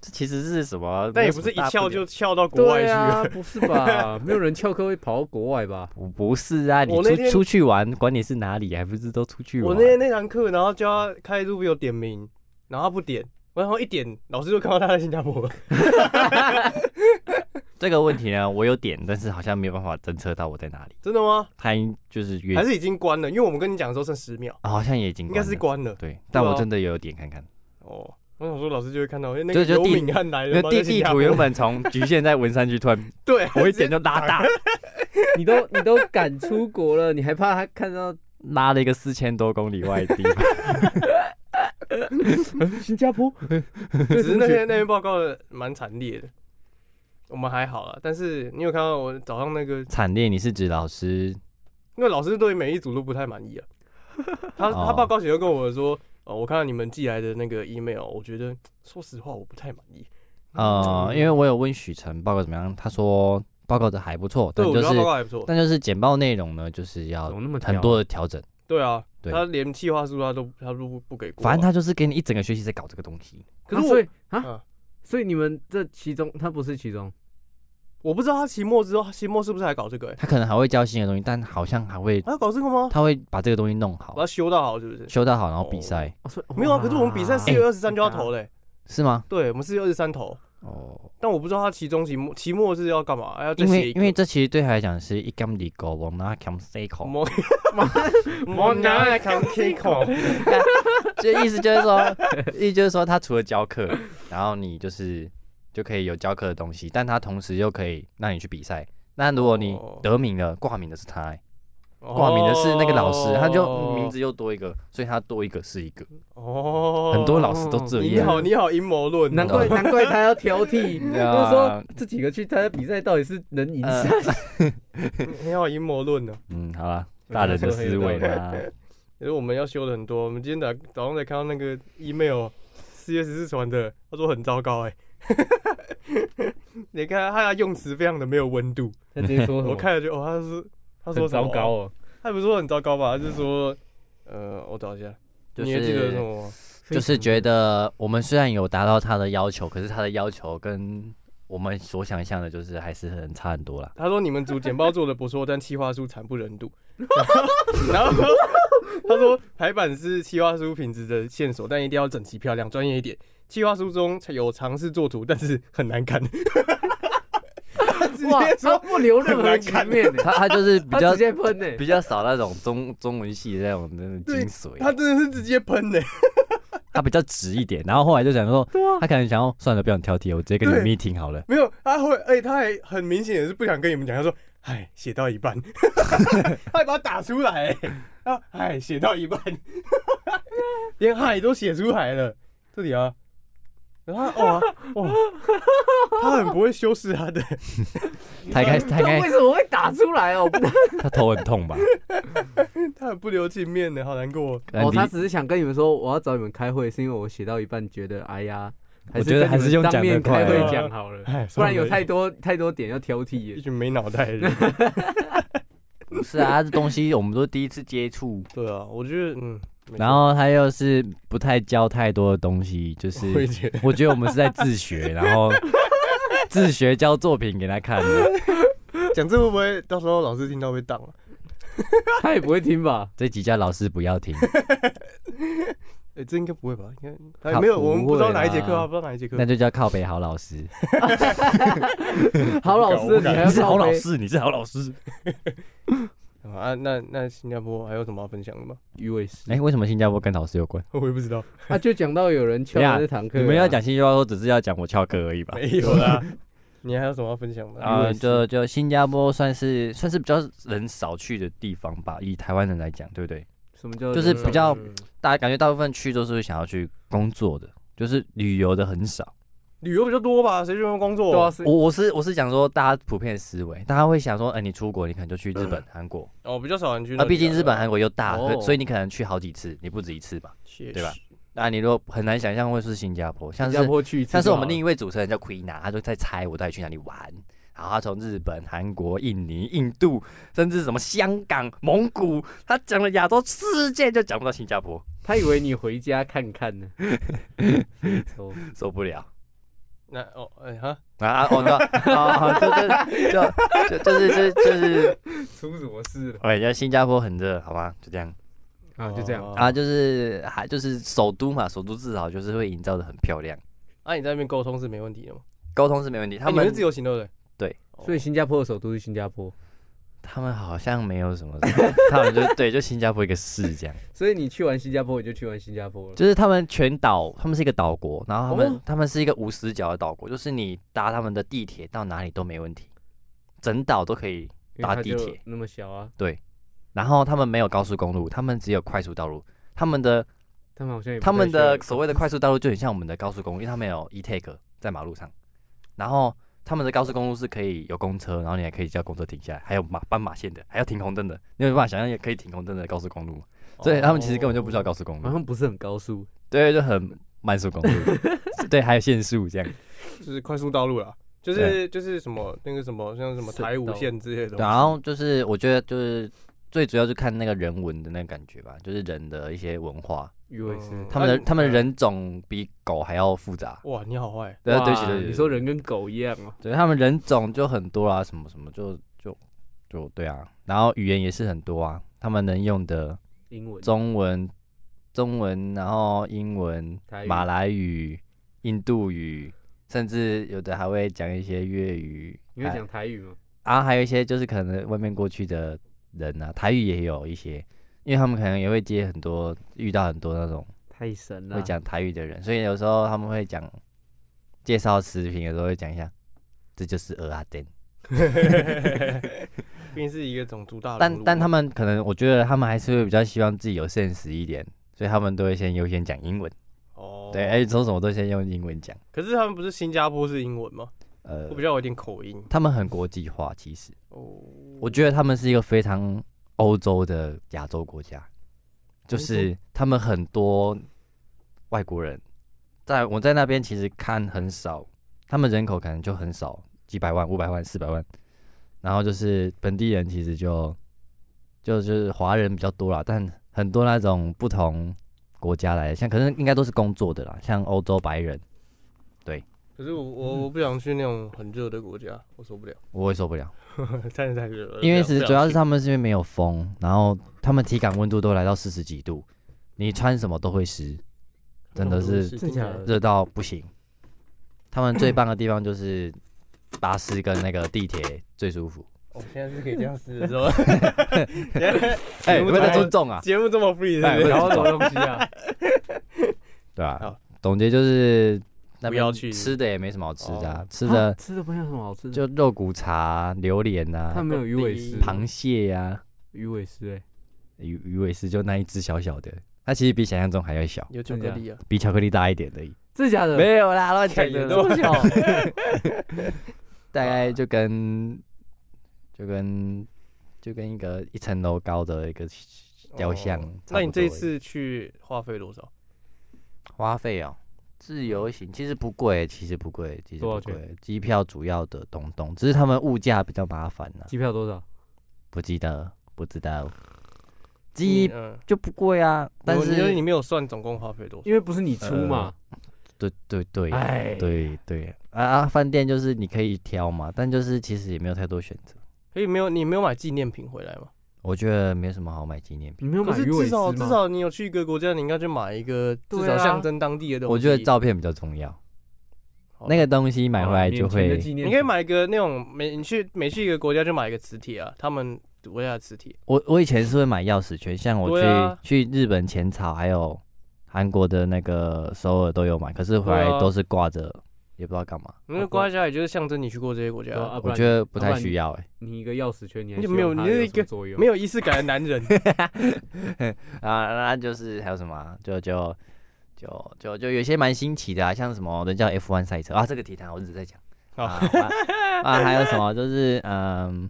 Speaker 4: 这其实是什么？
Speaker 6: 啊但
Speaker 4: 没
Speaker 6: 也
Speaker 4: 有
Speaker 6: 不
Speaker 4: 什
Speaker 6: 是
Speaker 4: 么
Speaker 6: 一
Speaker 4: 大不
Speaker 6: 翘
Speaker 4: 了
Speaker 6: 就翘到国外去
Speaker 7: 对
Speaker 6: 啊
Speaker 7: 啊，。不是
Speaker 6: (laughs)
Speaker 7: 吧？没有人翘课会跑到国外吧？
Speaker 4: 不不是啊，你
Speaker 6: 我那天
Speaker 4: 出出去玩，管你是哪里，还不是都出去
Speaker 6: 我
Speaker 4: 玩
Speaker 6: 那？天那堂课，然后叫他开 r u b 有点名，然后他不点，然后一点，老师就看到他在新加坡了。 (laughs)
Speaker 4: 这个问题呢，我有点，但是好像没有办法侦测到我在哪里。
Speaker 6: 真的吗？
Speaker 4: 他就是约
Speaker 6: 还，是已经关了？因为我们跟你讲的时候剩十秒，
Speaker 4: 啊好像也已经
Speaker 6: 应该是
Speaker 4: 关
Speaker 6: 关了
Speaker 4: 了。。对，但
Speaker 6: 对啊
Speaker 4: 我真的有点看看。
Speaker 6: 哦，我想说老师就会看到，哎那
Speaker 4: 就
Speaker 6: 个
Speaker 4: 就
Speaker 6: 游
Speaker 4: 地
Speaker 6: 敏汉来了
Speaker 4: 那
Speaker 6: 吗，
Speaker 4: 地
Speaker 6: 在新
Speaker 4: 地
Speaker 6: 加
Speaker 4: 图
Speaker 6: 坡
Speaker 4: 原本从局限在文山区，突然
Speaker 6: (laughs) 对，啊
Speaker 4: 我一点就拉大，
Speaker 7: 你都你都敢出国了，你还怕他看
Speaker 6: 啊
Speaker 7: 到
Speaker 4: 拉了一个四千多公里外的地方。
Speaker 7: 新加坡？
Speaker 6: 只是那天那篇报告的蛮惨烈的。我们还好啦，但是你有看到我早上那个，
Speaker 4: (laughs) 惨烈，你是指老师？
Speaker 6: 因为老师对每一组都不太满意啊。
Speaker 4: (laughs)
Speaker 6: 他他
Speaker 4: 哦
Speaker 6: 报告写就跟我说，哦，我看到你们寄来的那个 email，我觉得说实话我不太满意。
Speaker 4: 呃，因为我有问许晨报告怎么样，他说报告的还不错，
Speaker 6: 对，
Speaker 4: 但
Speaker 6: 我
Speaker 4: 就
Speaker 6: 觉得他报
Speaker 4: 是
Speaker 6: 告还不错。
Speaker 4: 但就是简报内容呢，就是要
Speaker 7: 怎么那么挑
Speaker 4: 很多的调整。
Speaker 6: 对啊，
Speaker 4: 对
Speaker 6: 他连计划书他都他都不不给过啊、
Speaker 4: 反正他就是给你一整个学期在搞这个东西。
Speaker 6: 可是
Speaker 7: 啊
Speaker 6: 我
Speaker 7: 所以啊，
Speaker 6: 啊
Speaker 7: 所以你们这其中他不是其中，
Speaker 6: 我不知道他期末之后，他期末是不是还搞这个、欸？
Speaker 4: 他可能还会教新的东西，但好像还会，
Speaker 6: 还要搞这个吗？
Speaker 4: 他会把这个东西弄好
Speaker 6: 把它，修到好是不是？
Speaker 4: 修到好，然后比赛
Speaker 7: 哦所以
Speaker 6: 没有啊，可是我们比赛
Speaker 4: 哎
Speaker 7: 哇
Speaker 6: 四月二十三就要投嘞、
Speaker 4: 是吗？
Speaker 6: 对，我们四月二十三投，
Speaker 4: 哦，
Speaker 6: 但我不知道他期中、期末、期末是要干嘛，还要再
Speaker 4: 因
Speaker 6: 写
Speaker 4: 为
Speaker 6: 一
Speaker 4: 因为这其实对他来讲是一干二狗，我拿扛 C 口，
Speaker 6: (laughs) 摸
Speaker 4: (laughs)
Speaker 6: (laughs) 摸拿来扛 K 口，
Speaker 4: 这意思 (laughs) 就是
Speaker 6: (laughs)
Speaker 4: 说，意思就是说，他除了教课，然后你就是就可以有教课的东西，但他同时又可以让你去比赛。那如果你
Speaker 6: 哦
Speaker 4: 得名了，挂名的是他、欸，挂名的是那个老师，他就嗯名字又多一个，所以他多一个是一个。
Speaker 6: 哦，
Speaker 4: 很多老师都这
Speaker 6: 你
Speaker 4: 样
Speaker 6: 好，你好阴谋论哦，
Speaker 4: 难怪
Speaker 7: 难怪他要挑剔，
Speaker 4: (laughs)
Speaker 7: 就
Speaker 4: 对啊呃
Speaker 7: 是说这几个去参加比赛到底是能赢下去？ (laughs)
Speaker 6: 你好阴谋论呢。
Speaker 4: 嗯，好了，大人的思
Speaker 6: (laughs)
Speaker 4: 维啦。
Speaker 6: 可是我们要修的很多，我们今天早早上才看到那个 email 四月十四传的，他说很糟糕哎、 (laughs) 你看他的用词非常的没有温度，
Speaker 7: 他直接说什么
Speaker 6: 我看了就哦，他是他说
Speaker 7: 很
Speaker 6: 什么
Speaker 7: 糟糕哦，
Speaker 6: 他也不是说很糟糕吧，他是说呃，我找一下，
Speaker 4: 就
Speaker 6: 你还记得什么
Speaker 4: 是就
Speaker 6: 吗？
Speaker 4: 是觉得我们虽然有达到他的要求，可是他的要求跟我们所想象的，就是还是很差很多
Speaker 6: (laughs)
Speaker 4: 啦。
Speaker 6: 他说你们组简报做的不错，但企划书惨不忍睹。然后 (laughs) 他说排版是企划书品质的线索，但一定要整齐漂亮、专业一点。企划书中有尝试做图，但是很难看。
Speaker 7: 哇，他不留任
Speaker 6: 很
Speaker 7: 何
Speaker 6: 难
Speaker 7: 情
Speaker 6: 看
Speaker 7: 面呢，
Speaker 4: 他他就是比
Speaker 7: 他
Speaker 4: 较
Speaker 7: 直接喷呢，
Speaker 4: 比较少那种中中文系的那种那种精髓，啊
Speaker 6: 他真的是直接喷的。
Speaker 4: 他比较直一点。然后后来就想说
Speaker 6: 对啊，
Speaker 4: 他可能想要算了，不想挑剔，我直接跟你们
Speaker 6: 对
Speaker 4: meeting 好了。
Speaker 6: 没有，他会，哎、他还很明显也是不想跟你们讲，他说：“哎，写到一
Speaker 7: (laughs)
Speaker 6: 半， (laughs) 他还把它打出来，啊，哎，写到一半， (laughs) 连嗨都写出来了，这里啊，然后哦他哇哇，啊他很不会修饰他的， (laughs)
Speaker 4: 他应该他应该
Speaker 7: 为什么会打出来哦？我不
Speaker 4: (laughs) 他头很 (laughs) 痛吧？
Speaker 6: 他很不留情面的，好难过。
Speaker 4: 呃
Speaker 7: 哦，他只是想跟你们说，我要找你们开会，是因为我写到一半觉得，哎呀，
Speaker 4: 我觉得还是
Speaker 7: 跟你
Speaker 4: 用
Speaker 7: 们
Speaker 4: 讲的
Speaker 7: 当面
Speaker 4: 快
Speaker 7: 开会
Speaker 4: 啊
Speaker 6: (laughs)
Speaker 7: 讲好了
Speaker 4: 哎，
Speaker 7: 不然
Speaker 4: 算了
Speaker 7: 有太多太多点要挑剔耶。
Speaker 6: 一群没脑袋的
Speaker 7: (laughs)
Speaker 6: 人。
Speaker 4: 不是啊，这东西我们都第一次接触。
Speaker 6: 对啊，我觉得嗯，没错
Speaker 4: 然后他又是不太教太多的东西，就是
Speaker 6: 我也觉得
Speaker 4: 我觉得我们是在自学，然后自学交作品给他看的。
Speaker 6: 讲这会不会到时候老师听到会当啊？
Speaker 7: 他也不会
Speaker 6: (laughs)
Speaker 7: 听吧？
Speaker 4: 这几家老师不要听，
Speaker 6: 哎、这应该不会吧？应该
Speaker 4: 他
Speaker 6: 哎没有，我们不知道
Speaker 4: 会
Speaker 6: 哪一节
Speaker 4: 啦
Speaker 6: 课啊，不知道哪一节课。
Speaker 4: 那就叫靠北好老师。
Speaker 7: 好老师，
Speaker 6: 不敢不敢
Speaker 7: 还要
Speaker 6: 你是好
Speaker 7: 靠背
Speaker 6: 老师
Speaker 4: 你是好老师。
Speaker 6: 啊，那那新加坡还有什么要分享的吗？
Speaker 7: 鱼尾狮
Speaker 4: 哎、为什么新加坡跟老师有关？
Speaker 6: (laughs) 我也不知道。
Speaker 7: 啊，就讲到有人翘
Speaker 4: 等一下
Speaker 7: 了这堂课啊，
Speaker 4: 你们要讲新加坡，只是要讲我翘课而已吧？
Speaker 6: (laughs) 没有 (laughs) 啦。你还有什么要分享的？
Speaker 4: (laughs) 啊，就就新加坡算是算是比较人少去的地方吧，以台湾人来讲，对不对？
Speaker 7: 什么叫
Speaker 4: 就是
Speaker 7: 人少
Speaker 4: 比较
Speaker 7: 去
Speaker 4: 大家感觉大部分去都是想要去工作的，就是旅游的很少。
Speaker 6: 旅游比较多吧，谁去那边工作？
Speaker 4: 我我是我是讲说大家普遍的思维，大家会想说，哎、你出国你可能就去日本、韩国，
Speaker 6: 哦，比较少人去那里啊。
Speaker 4: 啊，毕竟日本、韩国又大，
Speaker 6: 哦
Speaker 4: 所以你可能去好几次，你不止一次吧，
Speaker 6: 确
Speaker 4: 对吧？那你如果很难想象会是新加坡，像是
Speaker 7: 新加坡去一次
Speaker 4: 像是
Speaker 7: 就
Speaker 4: 我
Speaker 7: 好
Speaker 4: 们另
Speaker 7: 了
Speaker 4: 一位主持人叫 Quina，他就在猜我到底去哪里玩。然后他从日本、韩国、印尼、印度，甚至什么香港、蒙古，他讲了亚洲世界，就讲不到新加坡，
Speaker 7: 他以为你回家看
Speaker 4: (laughs)
Speaker 7: 看呢，非洲
Speaker 4: 受不了。
Speaker 6: 那哦，哎哈
Speaker 4: 啊，我知道，啊， (laughs) 就就就就是就就是，
Speaker 7: 出什么事了？
Speaker 4: 哎，要新加坡很热，好吗？就这样
Speaker 7: 啊，就这样
Speaker 4: 啊，就是还就是首都嘛，首都至少就是会营造的很漂亮，
Speaker 6: 啊，你在那边沟通是没问题的吗？
Speaker 4: 沟通是没问题。
Speaker 6: 哎
Speaker 4: 他
Speaker 6: 你们
Speaker 4: 们
Speaker 6: 是自由行对不对？
Speaker 4: 对，
Speaker 7: 所以新加坡的首都是新加坡，
Speaker 4: 他们好像没有什么， (laughs) 他们就对，就新加坡一个市这样，
Speaker 7: 所以你去完新加坡，你就去完新加坡了。
Speaker 4: 就是他们全岛，他们是一个岛国，然后他们、
Speaker 7: 哦
Speaker 4: 他们是一个无死角的岛国，就是你搭他们的地铁到哪里都没问题，整岛都可以
Speaker 7: 因为
Speaker 4: 搭
Speaker 7: 它
Speaker 4: 地
Speaker 7: 就
Speaker 4: 铁，
Speaker 7: 那么小啊，
Speaker 4: 对，然后他们没有高速公路，他们只有快速道路，他们的
Speaker 7: 他们好像也不
Speaker 4: 他
Speaker 7: 太
Speaker 4: 们
Speaker 7: 需要
Speaker 4: 的
Speaker 7: 有
Speaker 4: 所谓的快速道路就很像我们的高速公路，因为他们有 E e-take 在马路上，然后他们的高速公路是可以有公车，然后你还可以叫公车停下来，还有马斑马线的，还要停红灯的，你有办法想象也可以停红灯的高速公路吗？
Speaker 6: 哦
Speaker 4: 所以他们其实根本就不需要高速公
Speaker 7: (laughs) 好
Speaker 4: 路，
Speaker 7: 像不是很高速，
Speaker 4: 对，就很慢速公路，对，还有限速这样，
Speaker 6: 哦就是快速道路啦，
Speaker 4: 啊
Speaker 6: 就是就是什么那个什么像什么台五线之类的东西。
Speaker 4: 然后就是我觉得就是最主要是看那个人文的那个感觉吧，就是人的一些文化，
Speaker 7: 鱼尾狮。
Speaker 4: 他们的
Speaker 7: 啊
Speaker 4: 他们人种比狗还要复杂，
Speaker 6: 哇，你好
Speaker 4: (laughs)
Speaker 6: 坏，
Speaker 4: 对对不起
Speaker 7: 哇
Speaker 4: 对不起
Speaker 7: 你说人跟狗一样哦，
Speaker 4: 对他们人种就很多啊，什么什么就就就对啊，然后语言也是很多啊，他们能用的
Speaker 7: 英文
Speaker 4: 中文、中文，然后英文
Speaker 7: 台、语
Speaker 4: 马来语、印度语、甚至有的还会讲一些粤语。
Speaker 7: 你会
Speaker 4: 还
Speaker 7: 讲台语吗？
Speaker 4: 啊，还有一些就是可能外面过去的人啊，台语也有一些，因为他们可能也会接很多，遇到很多那种
Speaker 7: 太神了
Speaker 4: 会讲台语的人，所以有时候他们会讲介绍食品的时候会讲一下，这就是鹅阿丁。
Speaker 6: 毕竟是一个种族大
Speaker 4: 但
Speaker 6: 熔炉
Speaker 4: 但他们可能，我觉得他们还是会比较希望自己有 sense 一点，所以他们都会先优先讲英文。
Speaker 6: 哦
Speaker 4: 对，哎、说什么都先用英文讲。
Speaker 6: 可是他们不是新加坡是英文吗？
Speaker 4: 呃
Speaker 6: 我比较有点口音。哦
Speaker 4: 他们很国际化，其实。我觉得他们是一个非常欧洲的亚洲国家，就
Speaker 6: 欧洲
Speaker 4: 是他们很多外国人，在我在那边其实看很少，他们人口可能就很少，几百万、五百万、四百万，然后就是本地人其实就就就是华人比较多啦，但很多那种不同国家来的，像可能应该都是工作的啦，像欧洲白人，对
Speaker 6: 可是我我我不想去那种很热的国家，我受不了，
Speaker 4: 我会受不了。
Speaker 6: (laughs) 太太热了。
Speaker 4: 因为
Speaker 6: 不
Speaker 4: 是
Speaker 6: 想
Speaker 4: 主要是
Speaker 6: 去
Speaker 4: 他们是因为没有风，然后他们体感温度都来到四十几度，你穿什么都会湿，真的是
Speaker 7: 真假的
Speaker 4: 热到不行。他们最棒的地方就是巴士跟那个地铁最舒服。？
Speaker 6: 哦，现在是可以这样撕的是吧
Speaker 4: 哎有没有在尊重啊
Speaker 6: 节目这么 free，
Speaker 4: 哎
Speaker 6: 是不是
Speaker 4: 有没有在尊重
Speaker 7: 什么东西啊？
Speaker 4: 对啊，总结就是那
Speaker 6: 不要
Speaker 4: 边
Speaker 6: 去
Speaker 4: 吃的也没什么好吃的啊，吃
Speaker 7: 啊
Speaker 4: 的
Speaker 7: (laughs) 吃的不像什么好吃的，
Speaker 4: 就肉骨茶、榴莲啊，
Speaker 7: 他们有鱼尾狮
Speaker 4: 螃蟹呀，
Speaker 7: 鱼尾狮哎，
Speaker 4: 鱼鱼尾狮就那一只小小的，它其实比想象中还要小，
Speaker 6: 有巧克力啊，
Speaker 4: 比巧克力大一点而已。
Speaker 7: 真的假的？
Speaker 4: 没有啦，乱讲
Speaker 7: 看
Speaker 4: 的。
Speaker 7: 有这么小
Speaker 4: (laughs) 大概就跟就跟就跟一个一层楼高的一个雕像差不多而
Speaker 6: 哦那
Speaker 4: 已。
Speaker 6: 你这次去花费多少？
Speaker 4: 花费哦，自由行其实不贵，其实不贵，其实不
Speaker 7: 多少钱
Speaker 4: 贵。机票主要的东东，只是他们物价比较麻烦呢、
Speaker 7: 机票多少？
Speaker 4: 不记得，不知道。机
Speaker 6: 嗯
Speaker 4: 就不贵啊，但
Speaker 6: 我因为
Speaker 4: 是
Speaker 6: 你没有算总共花费多少，
Speaker 7: 因为不是你出嘛，
Speaker 4: 对对呃对
Speaker 7: 哎，
Speaker 4: 对对啊啊！饭店就是你可以挑嘛，但就是其实也没有太多选择。
Speaker 6: 所以没有你没有买纪念品回来吗？
Speaker 4: 我觉得没什么好买纪念品。
Speaker 7: 你没有
Speaker 6: 可
Speaker 7: 买
Speaker 6: 是
Speaker 7: 鱼尾
Speaker 6: 至
Speaker 7: 狮
Speaker 6: 少
Speaker 7: 吗？哦
Speaker 6: 至少你有去一个国家，你应该去买一个至
Speaker 7: 对啊
Speaker 6: 少象征当地的东西。
Speaker 4: 我觉得照片比较重要，那个东西买回来就会。
Speaker 6: 你可以买一个那种每你去每去一个国家就买一个磁铁啊，他们国家的磁铁。
Speaker 4: 我我以前是会买钥匙圈，像我去、
Speaker 6: 对啊
Speaker 4: 去日本浅草还有韩国的那个首尔都有买，可是回来
Speaker 6: 对啊
Speaker 4: 都是挂着，也不知道干嘛。
Speaker 6: 那个国家也就是象征你去过这些国家
Speaker 7: 对啊啊
Speaker 6: 啊，
Speaker 7: 不然
Speaker 4: 我觉得
Speaker 7: 你
Speaker 4: 不太
Speaker 7: 啊然
Speaker 4: 需要欸
Speaker 7: 你一个钥匙圈，你还
Speaker 6: 你就没有
Speaker 7: 希望
Speaker 6: 你
Speaker 7: 它
Speaker 6: 是一
Speaker 7: 什么
Speaker 6: 个
Speaker 7: 作用
Speaker 6: 没有仪式感的
Speaker 4: (laughs)
Speaker 6: 男人。
Speaker 4: 啊，那就是还有什么啊、就就就就就有些蛮新奇的啊，像什么人叫 F1 赛车啊，这个题谈我一直在讲。啊啊
Speaker 6: (laughs)
Speaker 4: 啊，还有什么？就是嗯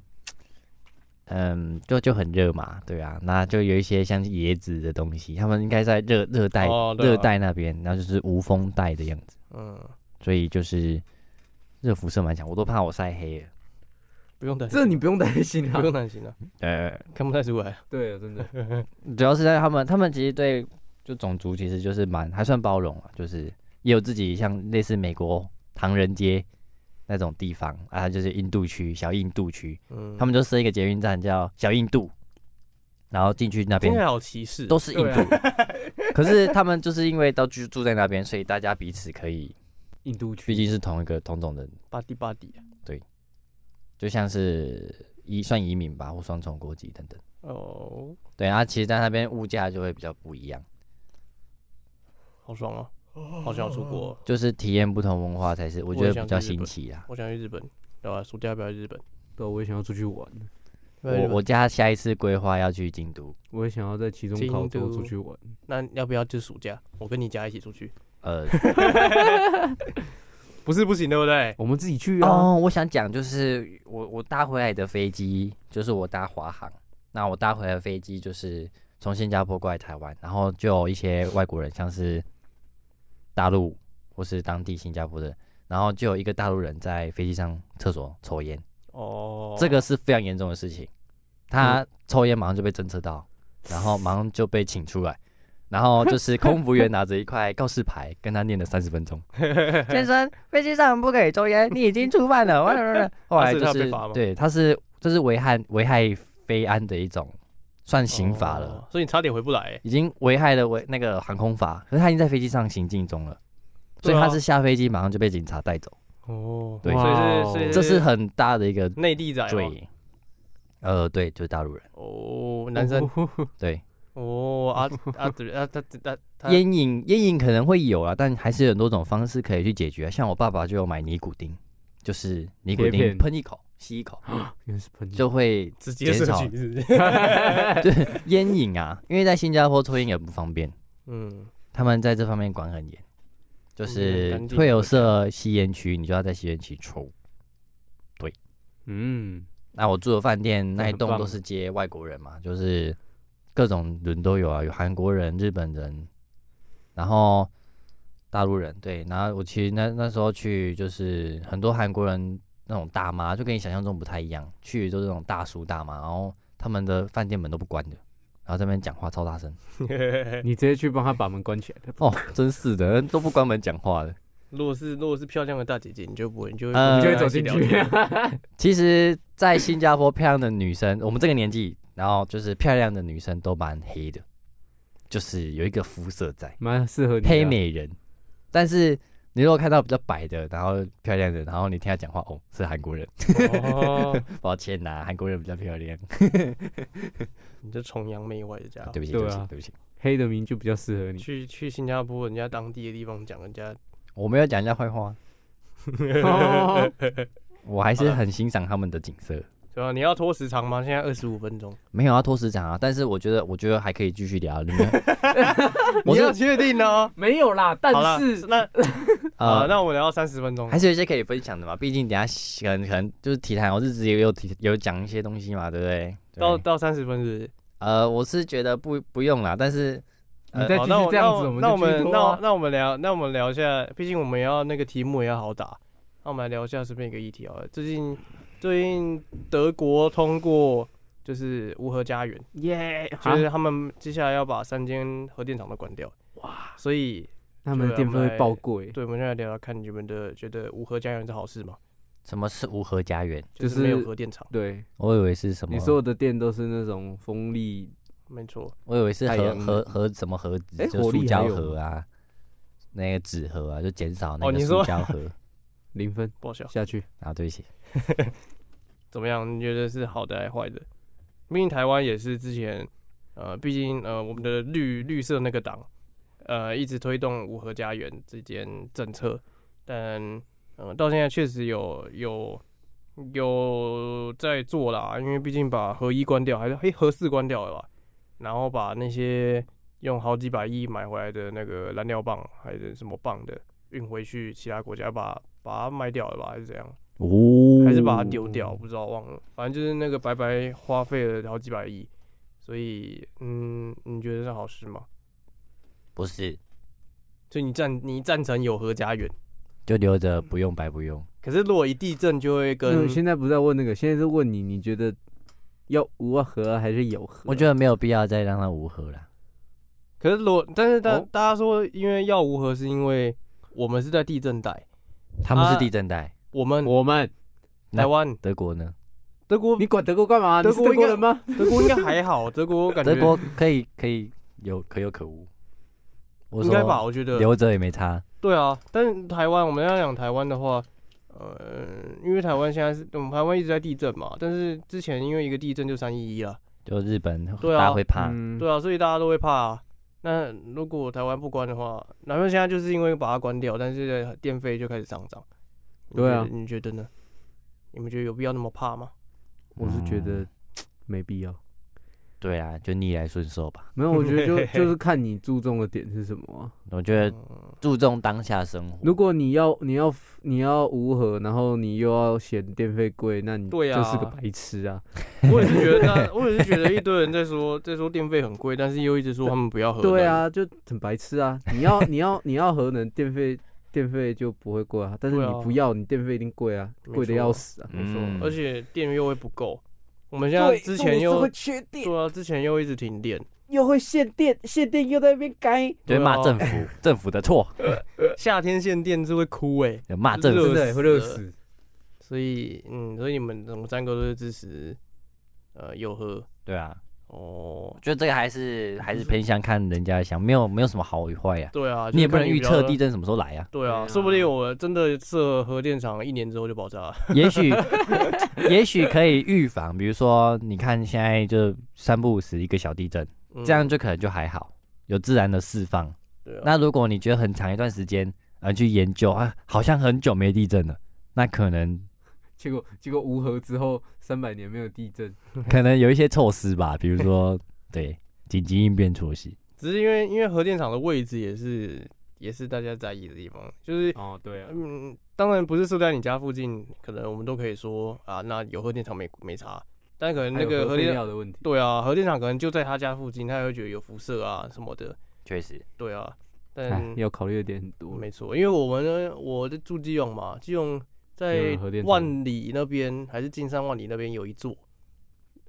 Speaker 4: 嗯，就就很热嘛，对啊，那就有一些像椰子的东西，他们应该在热热带
Speaker 6: 哦对啊
Speaker 4: 热带那边，然后就是无风带的样子，
Speaker 6: 嗯，
Speaker 4: 所以就是热辐射蛮强，我都怕我晒黑了。
Speaker 6: 不用担心，
Speaker 7: 这你不用担心啊
Speaker 6: 不用担心啊，
Speaker 4: 呃，
Speaker 6: 看不太出来。
Speaker 7: 对，真的
Speaker 4: 主要是在他们，他们其实对就种族其实就是蛮还算包容啊，就是也有自己像类似美国唐人街那种地方啊，就是印度区、小印度区，
Speaker 6: 嗯
Speaker 4: 他们就设一个捷运站叫小印度，然后进去那边
Speaker 6: 听起来好歧视哦
Speaker 4: 都是印
Speaker 6: 对
Speaker 4: 度
Speaker 6: 啊，
Speaker 4: (laughs) 可是他们就是因为都居住在那边，所以大家彼此可以
Speaker 7: 印度
Speaker 4: 区，毕竟是同一个同种人，
Speaker 6: 巴蒂巴蒂
Speaker 4: 对，就像是移算移民吧，或双重国籍等等。
Speaker 6: 哦，
Speaker 4: 对啊，其实在那边物价就会比较不一样，
Speaker 6: 好爽哦，好想要出国哦。
Speaker 4: 就是体验不同文化才是我觉
Speaker 6: 也
Speaker 4: 得
Speaker 6: 想
Speaker 4: 比较
Speaker 6: 去日
Speaker 4: 新
Speaker 6: 本
Speaker 4: 奇啊。
Speaker 6: 我想去日本，对啊吧？暑假要不要去日本？
Speaker 7: 对，我也想要出去玩，
Speaker 6: 要去日
Speaker 4: 我
Speaker 6: 本
Speaker 4: 我家下一次规划要去京都，
Speaker 7: 我也想要在期中考之后出去玩。。
Speaker 6: 那要不要就暑假？我跟你家一起
Speaker 4: (laughs)
Speaker 6: 出去。
Speaker 4: 呃，
Speaker 6: 不是不行，对不对？
Speaker 7: 我们自己去啊
Speaker 4: 哦，我想讲就是我我搭回来的飞机，就是我搭华航，那我搭回来的飞机就是从新加坡过来台湾，然后就有一些外国人，像是大陆或是当地新加坡的，然后就有一个大陆人在飞机上厕所抽烟，
Speaker 6: 哦，嗯
Speaker 4: 这个是非常严重的事情，他抽烟马上就被侦测到，然后马上就被请出来。然
Speaker 6: (laughs)
Speaker 4: 后就是空服员拿着一块告示牌，跟他念了三十
Speaker 6: (laughs)
Speaker 4: 分钟。先生，飞机上不可以抽烟，你已经触犯了。哇哇哇
Speaker 6: (laughs)
Speaker 4: 后来就
Speaker 6: 哦那所以他
Speaker 4: 是
Speaker 6: 被罚吗
Speaker 4: 对，他是这是危害危害飞安的一种算刑罚了，
Speaker 6: 哦所以你差点回不来欸。
Speaker 4: 已经危害了危那个航空法，可是他已经在飞机上行进中了。所以
Speaker 6: 对啊
Speaker 4: 他是下飞机马上就被警察带走。
Speaker 6: 哦
Speaker 4: 对，
Speaker 6: 所以是所以是
Speaker 4: 这是很大的一个
Speaker 6: 内地仔吗
Speaker 4: 罪。呃，对，就是大陆人。
Speaker 6: 哦，男生，
Speaker 4: 对，
Speaker 6: 哦啊啊对啊他他他
Speaker 4: 烟瘾烟瘾可能会有啦，但还是有很多种方式可以去解决啊。像我爸爸就有买尼古丁，就是尼古
Speaker 7: 贴
Speaker 4: 丁
Speaker 7: 片，
Speaker 4: 喷一口，吸一口
Speaker 7: 原来是喷一口
Speaker 4: 就会
Speaker 7: 直接
Speaker 4: 减
Speaker 7: 摄
Speaker 4: 少 (laughs)
Speaker 7: 取是不是
Speaker 4: 对烟瘾啊，因为在新加坡抽烟也不方便，
Speaker 6: 嗯，
Speaker 4: 他们在这方面管很严，就
Speaker 6: 嗯
Speaker 4: 是
Speaker 6: 干净
Speaker 4: 会有设吸烟区，你就要在吸烟区抽。对，
Speaker 7: 嗯，
Speaker 4: 那我住的饭店那一
Speaker 7: 很
Speaker 4: 栋
Speaker 7: 棒
Speaker 4: 都是接外国人嘛，就是各种人都有啊，有韩国人、日本人，然后大陆人。对，然后我其实那那时候去就是很多韩国人那种大妈，就跟你想象中不太一样，去都是那种大叔大妈，然后他们的饭店门都不关的，然后在那边讲话超大声。
Speaker 7: 你直接去帮他把门关起来。
Speaker 4: 哦，真是的，都不关门讲话的。
Speaker 6: 如果是如果是漂亮的大姐姐，你就不会，你就会
Speaker 4: 呃
Speaker 6: 你就会走进去。
Speaker 4: 其实，在新加坡漂亮的女生，我们这个年纪，然后就是漂亮的女生都蛮黑的，就是有一个肤色在，
Speaker 7: 蛮适合你的啊
Speaker 4: 黑美人。但是你如果看到比较白的，然后漂亮的，然后你听她讲话，哦，是韩国人。
Speaker 6: 哦
Speaker 4: (laughs) 抱歉呐、韩国人比较漂亮。
Speaker 6: (laughs) 你这崇洋媚外的家伙，
Speaker 4: 对不起
Speaker 7: 对啊，
Speaker 4: 对不起，
Speaker 7: 黑的名就比较适合你。
Speaker 6: 去去新加坡人家当地的地方讲人家，
Speaker 4: 我没有讲人家坏话，
Speaker 6: (laughs) 哦
Speaker 4: (laughs) 我还是很欣赏他们的景色。
Speaker 6: 对吧？你要拖时长吗？现在二十五分钟，
Speaker 4: 没有要拖时长啊，但是我觉得，我觉得还可以继续聊。
Speaker 6: (laughs)
Speaker 4: 你们我
Speaker 6: 你
Speaker 4: 是
Speaker 6: 要 (laughs) 确定哦呢？
Speaker 7: 没有啦，但
Speaker 6: 好啦
Speaker 7: 是
Speaker 6: 那啊
Speaker 4: 呃，
Speaker 6: 那我们聊到三十分钟，
Speaker 4: 还是有一些可以分享的嘛，毕竟等一下可能可能就是体坛，我日子也有提有讲一些东西嘛，对不对？对
Speaker 6: 到到三十分是不是？
Speaker 4: 呃，我是觉得不不用啦，但是呃，
Speaker 6: 好那我那我那我们那我
Speaker 4: 那
Speaker 6: 那我们聊那我们聊一下，毕竟我们要那个题目也要好打，那我们来聊一下随便一个议题好了。最近最近德国通过就是无核家园，
Speaker 7: 耶
Speaker 6: 就
Speaker 7: 哈
Speaker 6: 是他们接下来要把三间核电厂都关掉，哇！所以
Speaker 7: 那他们的电费会爆贵
Speaker 6: 对，我们现在聊聊看你们的觉得无核家园是好事吗？
Speaker 4: 什么是无核家园？
Speaker 6: 就是没有核电厂
Speaker 7: 对，
Speaker 4: 我以为是什么
Speaker 7: 你所有的电都是那种风力，
Speaker 6: 没错，
Speaker 4: 我以为是
Speaker 7: 太
Speaker 4: 核
Speaker 7: 阳能
Speaker 4: 核核什么核子，
Speaker 7: 诶
Speaker 4: 就
Speaker 7: 火
Speaker 4: 塑
Speaker 7: 力还
Speaker 4: 胶
Speaker 7: 有
Speaker 4: 核啊，那个纸盒啊，就减少
Speaker 6: 哦
Speaker 4: 那个
Speaker 6: 你
Speaker 4: 塑
Speaker 6: 说
Speaker 4: 胶盒 (laughs)
Speaker 7: 零分
Speaker 6: 报销
Speaker 7: 下去。
Speaker 4: 啊，对不起，
Speaker 6: 怎么样？你觉得是好的还是坏的？毕竟台湾也是之前，呃，毕竟呃，我们的绿绿色那个党，呃，一直推动五核家园这件政策，但呃，到现在确实有有有在做啦，因为毕竟把核一关掉，还是嘿核四关掉了吧，然后把那些用好几百亿买回来的那个燃料棒还是什么棒的运回去其他国家把把它卖掉了吧，还是怎样？
Speaker 4: 哦
Speaker 6: 还是把它丢掉，不知道忘了，反正就是那个白白花费了好几百亿，所以嗯，你觉得是好事吗？
Speaker 4: 不是，
Speaker 6: 所以你赞你赞成有核家园，
Speaker 4: 就留着不用白不用。
Speaker 6: 可是如果一地震就会
Speaker 7: 那
Speaker 6: 跟
Speaker 7: 我现在不是在问那个，现在是问你，你觉得要无啊核啊还是有核？
Speaker 4: 我觉得没有必要再让它无核了。
Speaker 6: 可是罗，但是大、
Speaker 7: 哦
Speaker 6: 大家说，因为要无核是因为我们是在地震带，
Speaker 4: 他们是
Speaker 6: 啊
Speaker 4: 地震带，
Speaker 6: 我们
Speaker 7: 我们
Speaker 4: 那
Speaker 6: 台湾
Speaker 4: 德国呢？
Speaker 6: 德国
Speaker 7: 你管德国干嘛？
Speaker 6: 德
Speaker 7: 你是
Speaker 6: 国
Speaker 7: 德
Speaker 6: 应该
Speaker 7: 国人吗？
Speaker 6: 德国应该还好，德国我感觉
Speaker 4: 德国可以可以有可有可无，我
Speaker 6: 应
Speaker 4: 说
Speaker 6: 该吧，我觉得
Speaker 4: 留着也没差。
Speaker 6: 对啊，但是台湾我们要讲台湾的话，呃，因为台湾现在是我们台湾一直在地震嘛，但是之前因为一个地震就三一一了，
Speaker 4: 就日本
Speaker 6: 对啊
Speaker 4: 大家会怕，
Speaker 7: 嗯
Speaker 6: 对啊，所以大家都会怕、啊。那如果台湾不关的话，哪怕现在就是因为把它关掉，但是电费就开始上涨。你
Speaker 7: 对啊
Speaker 6: 觉得你觉得呢？你们觉得有必要那么怕吗？
Speaker 7: 我是觉得
Speaker 4: 嗯
Speaker 7: 没必要。
Speaker 4: 对啊，就逆来顺受吧。
Speaker 7: 没有，我觉得就就是看你注重的点是什么啊、
Speaker 4: 我觉
Speaker 6: 嗯
Speaker 4: 得注重当下生活，
Speaker 7: 如果你要你要你要无核，然后你又要嫌电费贵，那你就
Speaker 6: 对啊
Speaker 7: 是个白痴啊！
Speaker 6: 嗯我也是觉得大，我也是觉得一堆人在说在说电费很贵，但是又一直说他们不要核能。
Speaker 7: 对，啊，就很白痴啊！你要你要你要核能，电费电费就不会贵啊，但是
Speaker 6: 对
Speaker 7: 你
Speaker 6: 啊
Speaker 7: 不要，你电费一定贵啊，
Speaker 6: 没
Speaker 7: 贵的
Speaker 6: 错
Speaker 7: 要死啊！
Speaker 6: 没错，
Speaker 4: 嗯
Speaker 6: 而且电又会不够。我们现在之前又对啊，之前又一直停电，啊
Speaker 7: 又会限电，限电又在那边改，
Speaker 4: 就会骂政府，政府的错，
Speaker 6: 夏天限电是会哭哎、
Speaker 4: 骂政
Speaker 6: 热
Speaker 4: 府
Speaker 6: 死
Speaker 7: 真的
Speaker 6: 了
Speaker 7: 欸会热死。
Speaker 6: 所以嗯，所以你们我们三个都是支持呃有核，
Speaker 4: 对啊，
Speaker 6: 哦，
Speaker 4: 我觉得这个还是还是偏向看人家想，没有没有什么好与坏呀。
Speaker 6: 对啊，
Speaker 4: 你也
Speaker 6: 就是
Speaker 4: 不能
Speaker 6: 看你
Speaker 4: 预
Speaker 6: 比较
Speaker 4: 测地震什么时候来呀。
Speaker 6: 对啊，说不定我真的设核电厂一年之后就爆炸了。
Speaker 4: (laughs) 也许也许可以预防，比如说你看现在就三不五时一个小地震，
Speaker 6: 嗯
Speaker 4: 这样就可能就还好，有自然的释放。
Speaker 6: 对啊
Speaker 4: 那如果你觉得很长一段时间啊去研究啊，好像很久没地震了，那可能
Speaker 7: 结果结果无核之后三百年没有地震，
Speaker 4: (laughs) 可能有一些措施吧，比如说
Speaker 7: (laughs)
Speaker 4: 对紧急应变措施。
Speaker 6: 只是因为因为核电厂的位置也是也是大家在意的地方，就是
Speaker 7: 哦对啊，
Speaker 6: 嗯，当然不是设在你家附近，可能我们都可以说啊，那有核电厂没没差，但可能那
Speaker 7: 还有
Speaker 6: 个
Speaker 7: 核
Speaker 6: 核
Speaker 7: 废
Speaker 6: 电
Speaker 7: 料的问题
Speaker 6: 对啊，核电厂可能就在他家附近，他也会觉得有辐射啊什么的，
Speaker 4: 确实，
Speaker 6: 对啊，
Speaker 7: 哎
Speaker 6: 但
Speaker 7: 要考虑的点很多。
Speaker 6: 没错，因为我们呢，我的住基隆嘛，基隆
Speaker 7: 基
Speaker 6: 在
Speaker 7: 隆啊核电厂
Speaker 6: 万里那边还是金山万里那边有一座，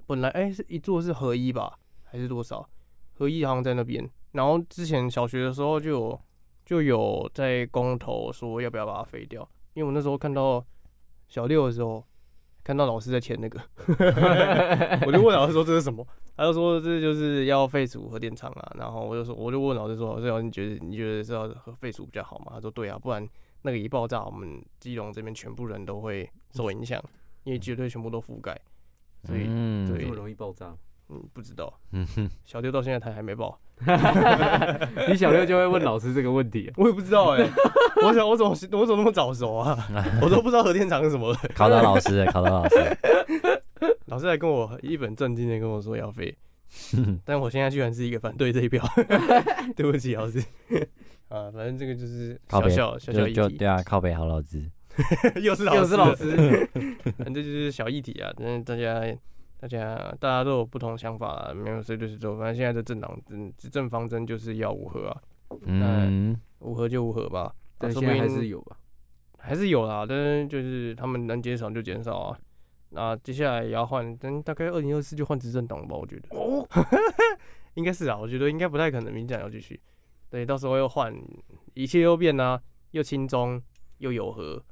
Speaker 6: 本来哎、是一座是合一吧，还是多少？合一好像在那边。然后之前小学的时候就有就有在公投说要不要把它废掉，因为我那时候看到小六的时候，看到老师在签 (laughs) 那个，我就问老师说这是什么， (laughs) 他就说这就是要废除核电厂啊。然后我就说我就问老师说，老师老师你觉得你觉得是要核废除比较好吗？他说对啊，不然那个一爆炸，我们基隆这边全部人都会受影响，因为绝对全部都覆盖，所以、
Speaker 4: 嗯
Speaker 6: 对
Speaker 7: 这么容易
Speaker 6: (laughs)
Speaker 7: 爆炸？，
Speaker 6: 嗯，不知道。
Speaker 4: 嗯哼，
Speaker 6: 小六到现在他还没爆
Speaker 7: 你小六就会问老师这个问题啊
Speaker 6: 我也不知道哎、 (laughs) 我想我怎么我怎么那么早熟 (laughs) 啊？我都不知道核电厂是什么。
Speaker 4: 考到老师了，
Speaker 7: (laughs)
Speaker 4: 考到老师了。
Speaker 6: 老师还跟我一本正经的跟我说要
Speaker 7: (laughs)
Speaker 6: 飞，但我现在居然是一个反对这一票，对不起老师。 (laughs) 啊，反正这个就是
Speaker 4: 靠
Speaker 6: 小
Speaker 4: 北
Speaker 6: 小小小
Speaker 4: 就
Speaker 6: 议
Speaker 4: 就
Speaker 6: 题，
Speaker 4: 对啊，靠北好老师。
Speaker 6: 又是哦
Speaker 7: 又是
Speaker 6: (laughs)
Speaker 7: 老师
Speaker 6: 反正就是小议题啊。但是大家大家大家都有不同想法啦，没有谁对谁错。反正现在的政党嗯执政方针就是要无核啊，
Speaker 4: 嗯，
Speaker 6: 无核就无核吧。
Speaker 7: 但
Speaker 6: 啊说
Speaker 7: 现
Speaker 6: 不
Speaker 7: 在还
Speaker 6: 定
Speaker 7: 是有吧？
Speaker 6: 还是有啦，但是就是他们能减少就减少啊。那接下来也要换，但大概二零二四就换执政党吧，我觉得。哦， (laughs) 应该是啊，我觉得应该不太可能民进党要继续。对，到时候又换，一切又变啊，又亲中，又有和，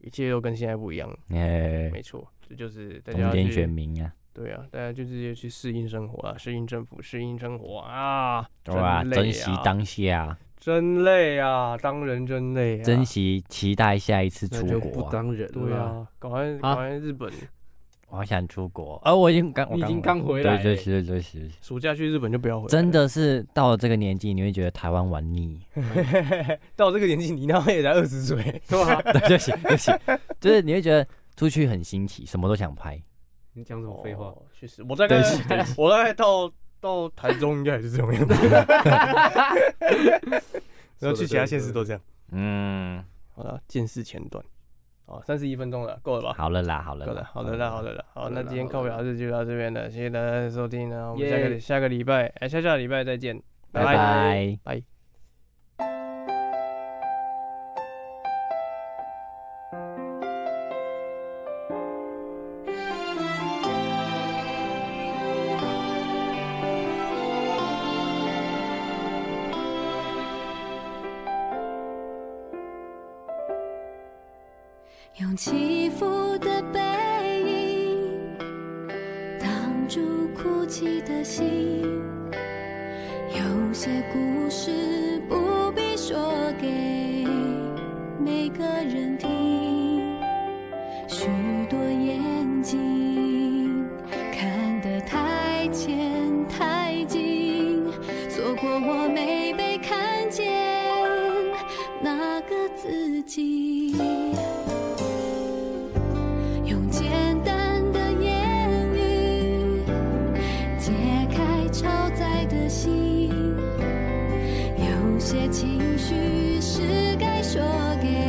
Speaker 6: 一切又跟现在不一样。
Speaker 4: 哎，
Speaker 6: 没错，这就是大家
Speaker 4: 中间
Speaker 6: 去
Speaker 4: 选民啊，
Speaker 6: 对啊，大家就是要去适应生活啊，适应政府，适应生活啊，
Speaker 4: 对吧？
Speaker 6: 真累啊
Speaker 4: 珍惜当
Speaker 7: 啊
Speaker 4: 下，
Speaker 6: 真累啊，当人真累啊，
Speaker 4: 珍惜期待下一次
Speaker 7: 那
Speaker 4: 出
Speaker 7: 就
Speaker 4: 国
Speaker 7: 不
Speaker 4: 啊。
Speaker 7: 当人
Speaker 6: 对
Speaker 7: 了。
Speaker 6: 啊，搞完
Speaker 4: 啊
Speaker 6: 搞完日本。
Speaker 4: 我好想出国，而、我已经刚，我
Speaker 7: 你已经刚回来
Speaker 4: 对
Speaker 7: 欸
Speaker 4: 对对对对，
Speaker 6: 暑假去日本就不要回来，
Speaker 4: 真。的是到了这个年纪，你会觉得台湾玩腻。
Speaker 6: (laughs) 到我这个年纪，你那也才二十岁，(laughs)
Speaker 7: 对啊，
Speaker 4: (laughs) 对对不起，对不起，就是你会觉得出去很新奇，什么都想拍。
Speaker 7: 你讲什么废话？
Speaker 6: 哦确实，我
Speaker 7: (laughs)
Speaker 6: 大
Speaker 4: 对
Speaker 6: 概
Speaker 4: 不起对不起
Speaker 6: 我大概到到台中应该也是这种样子，然后去其他县市都这样。
Speaker 4: 嗯，
Speaker 6: 好了，见识前段，哦，三十一分钟了，够了吧？
Speaker 4: 好了啦，好了
Speaker 6: 够了，
Speaker 4: 啦，
Speaker 6: 好的啦，好的啦，好，
Speaker 7: 好的
Speaker 6: 那
Speaker 7: 啦
Speaker 6: 今天靠
Speaker 7: 好的
Speaker 6: 表日就到这边了，谢谢大家的收听啊，我们
Speaker 7: 耶
Speaker 6: 下个礼下个礼拜，哎，下下礼拜再见，
Speaker 4: 拜拜。
Speaker 6: 拜。
Speaker 2: 用起伏的背影挡住哭泣的心。有些故事不必说给每个人听，许多眼睛看得太浅太近，错过我没被看见那个自己。用简单的言语解开超载的心，有些情绪是该说给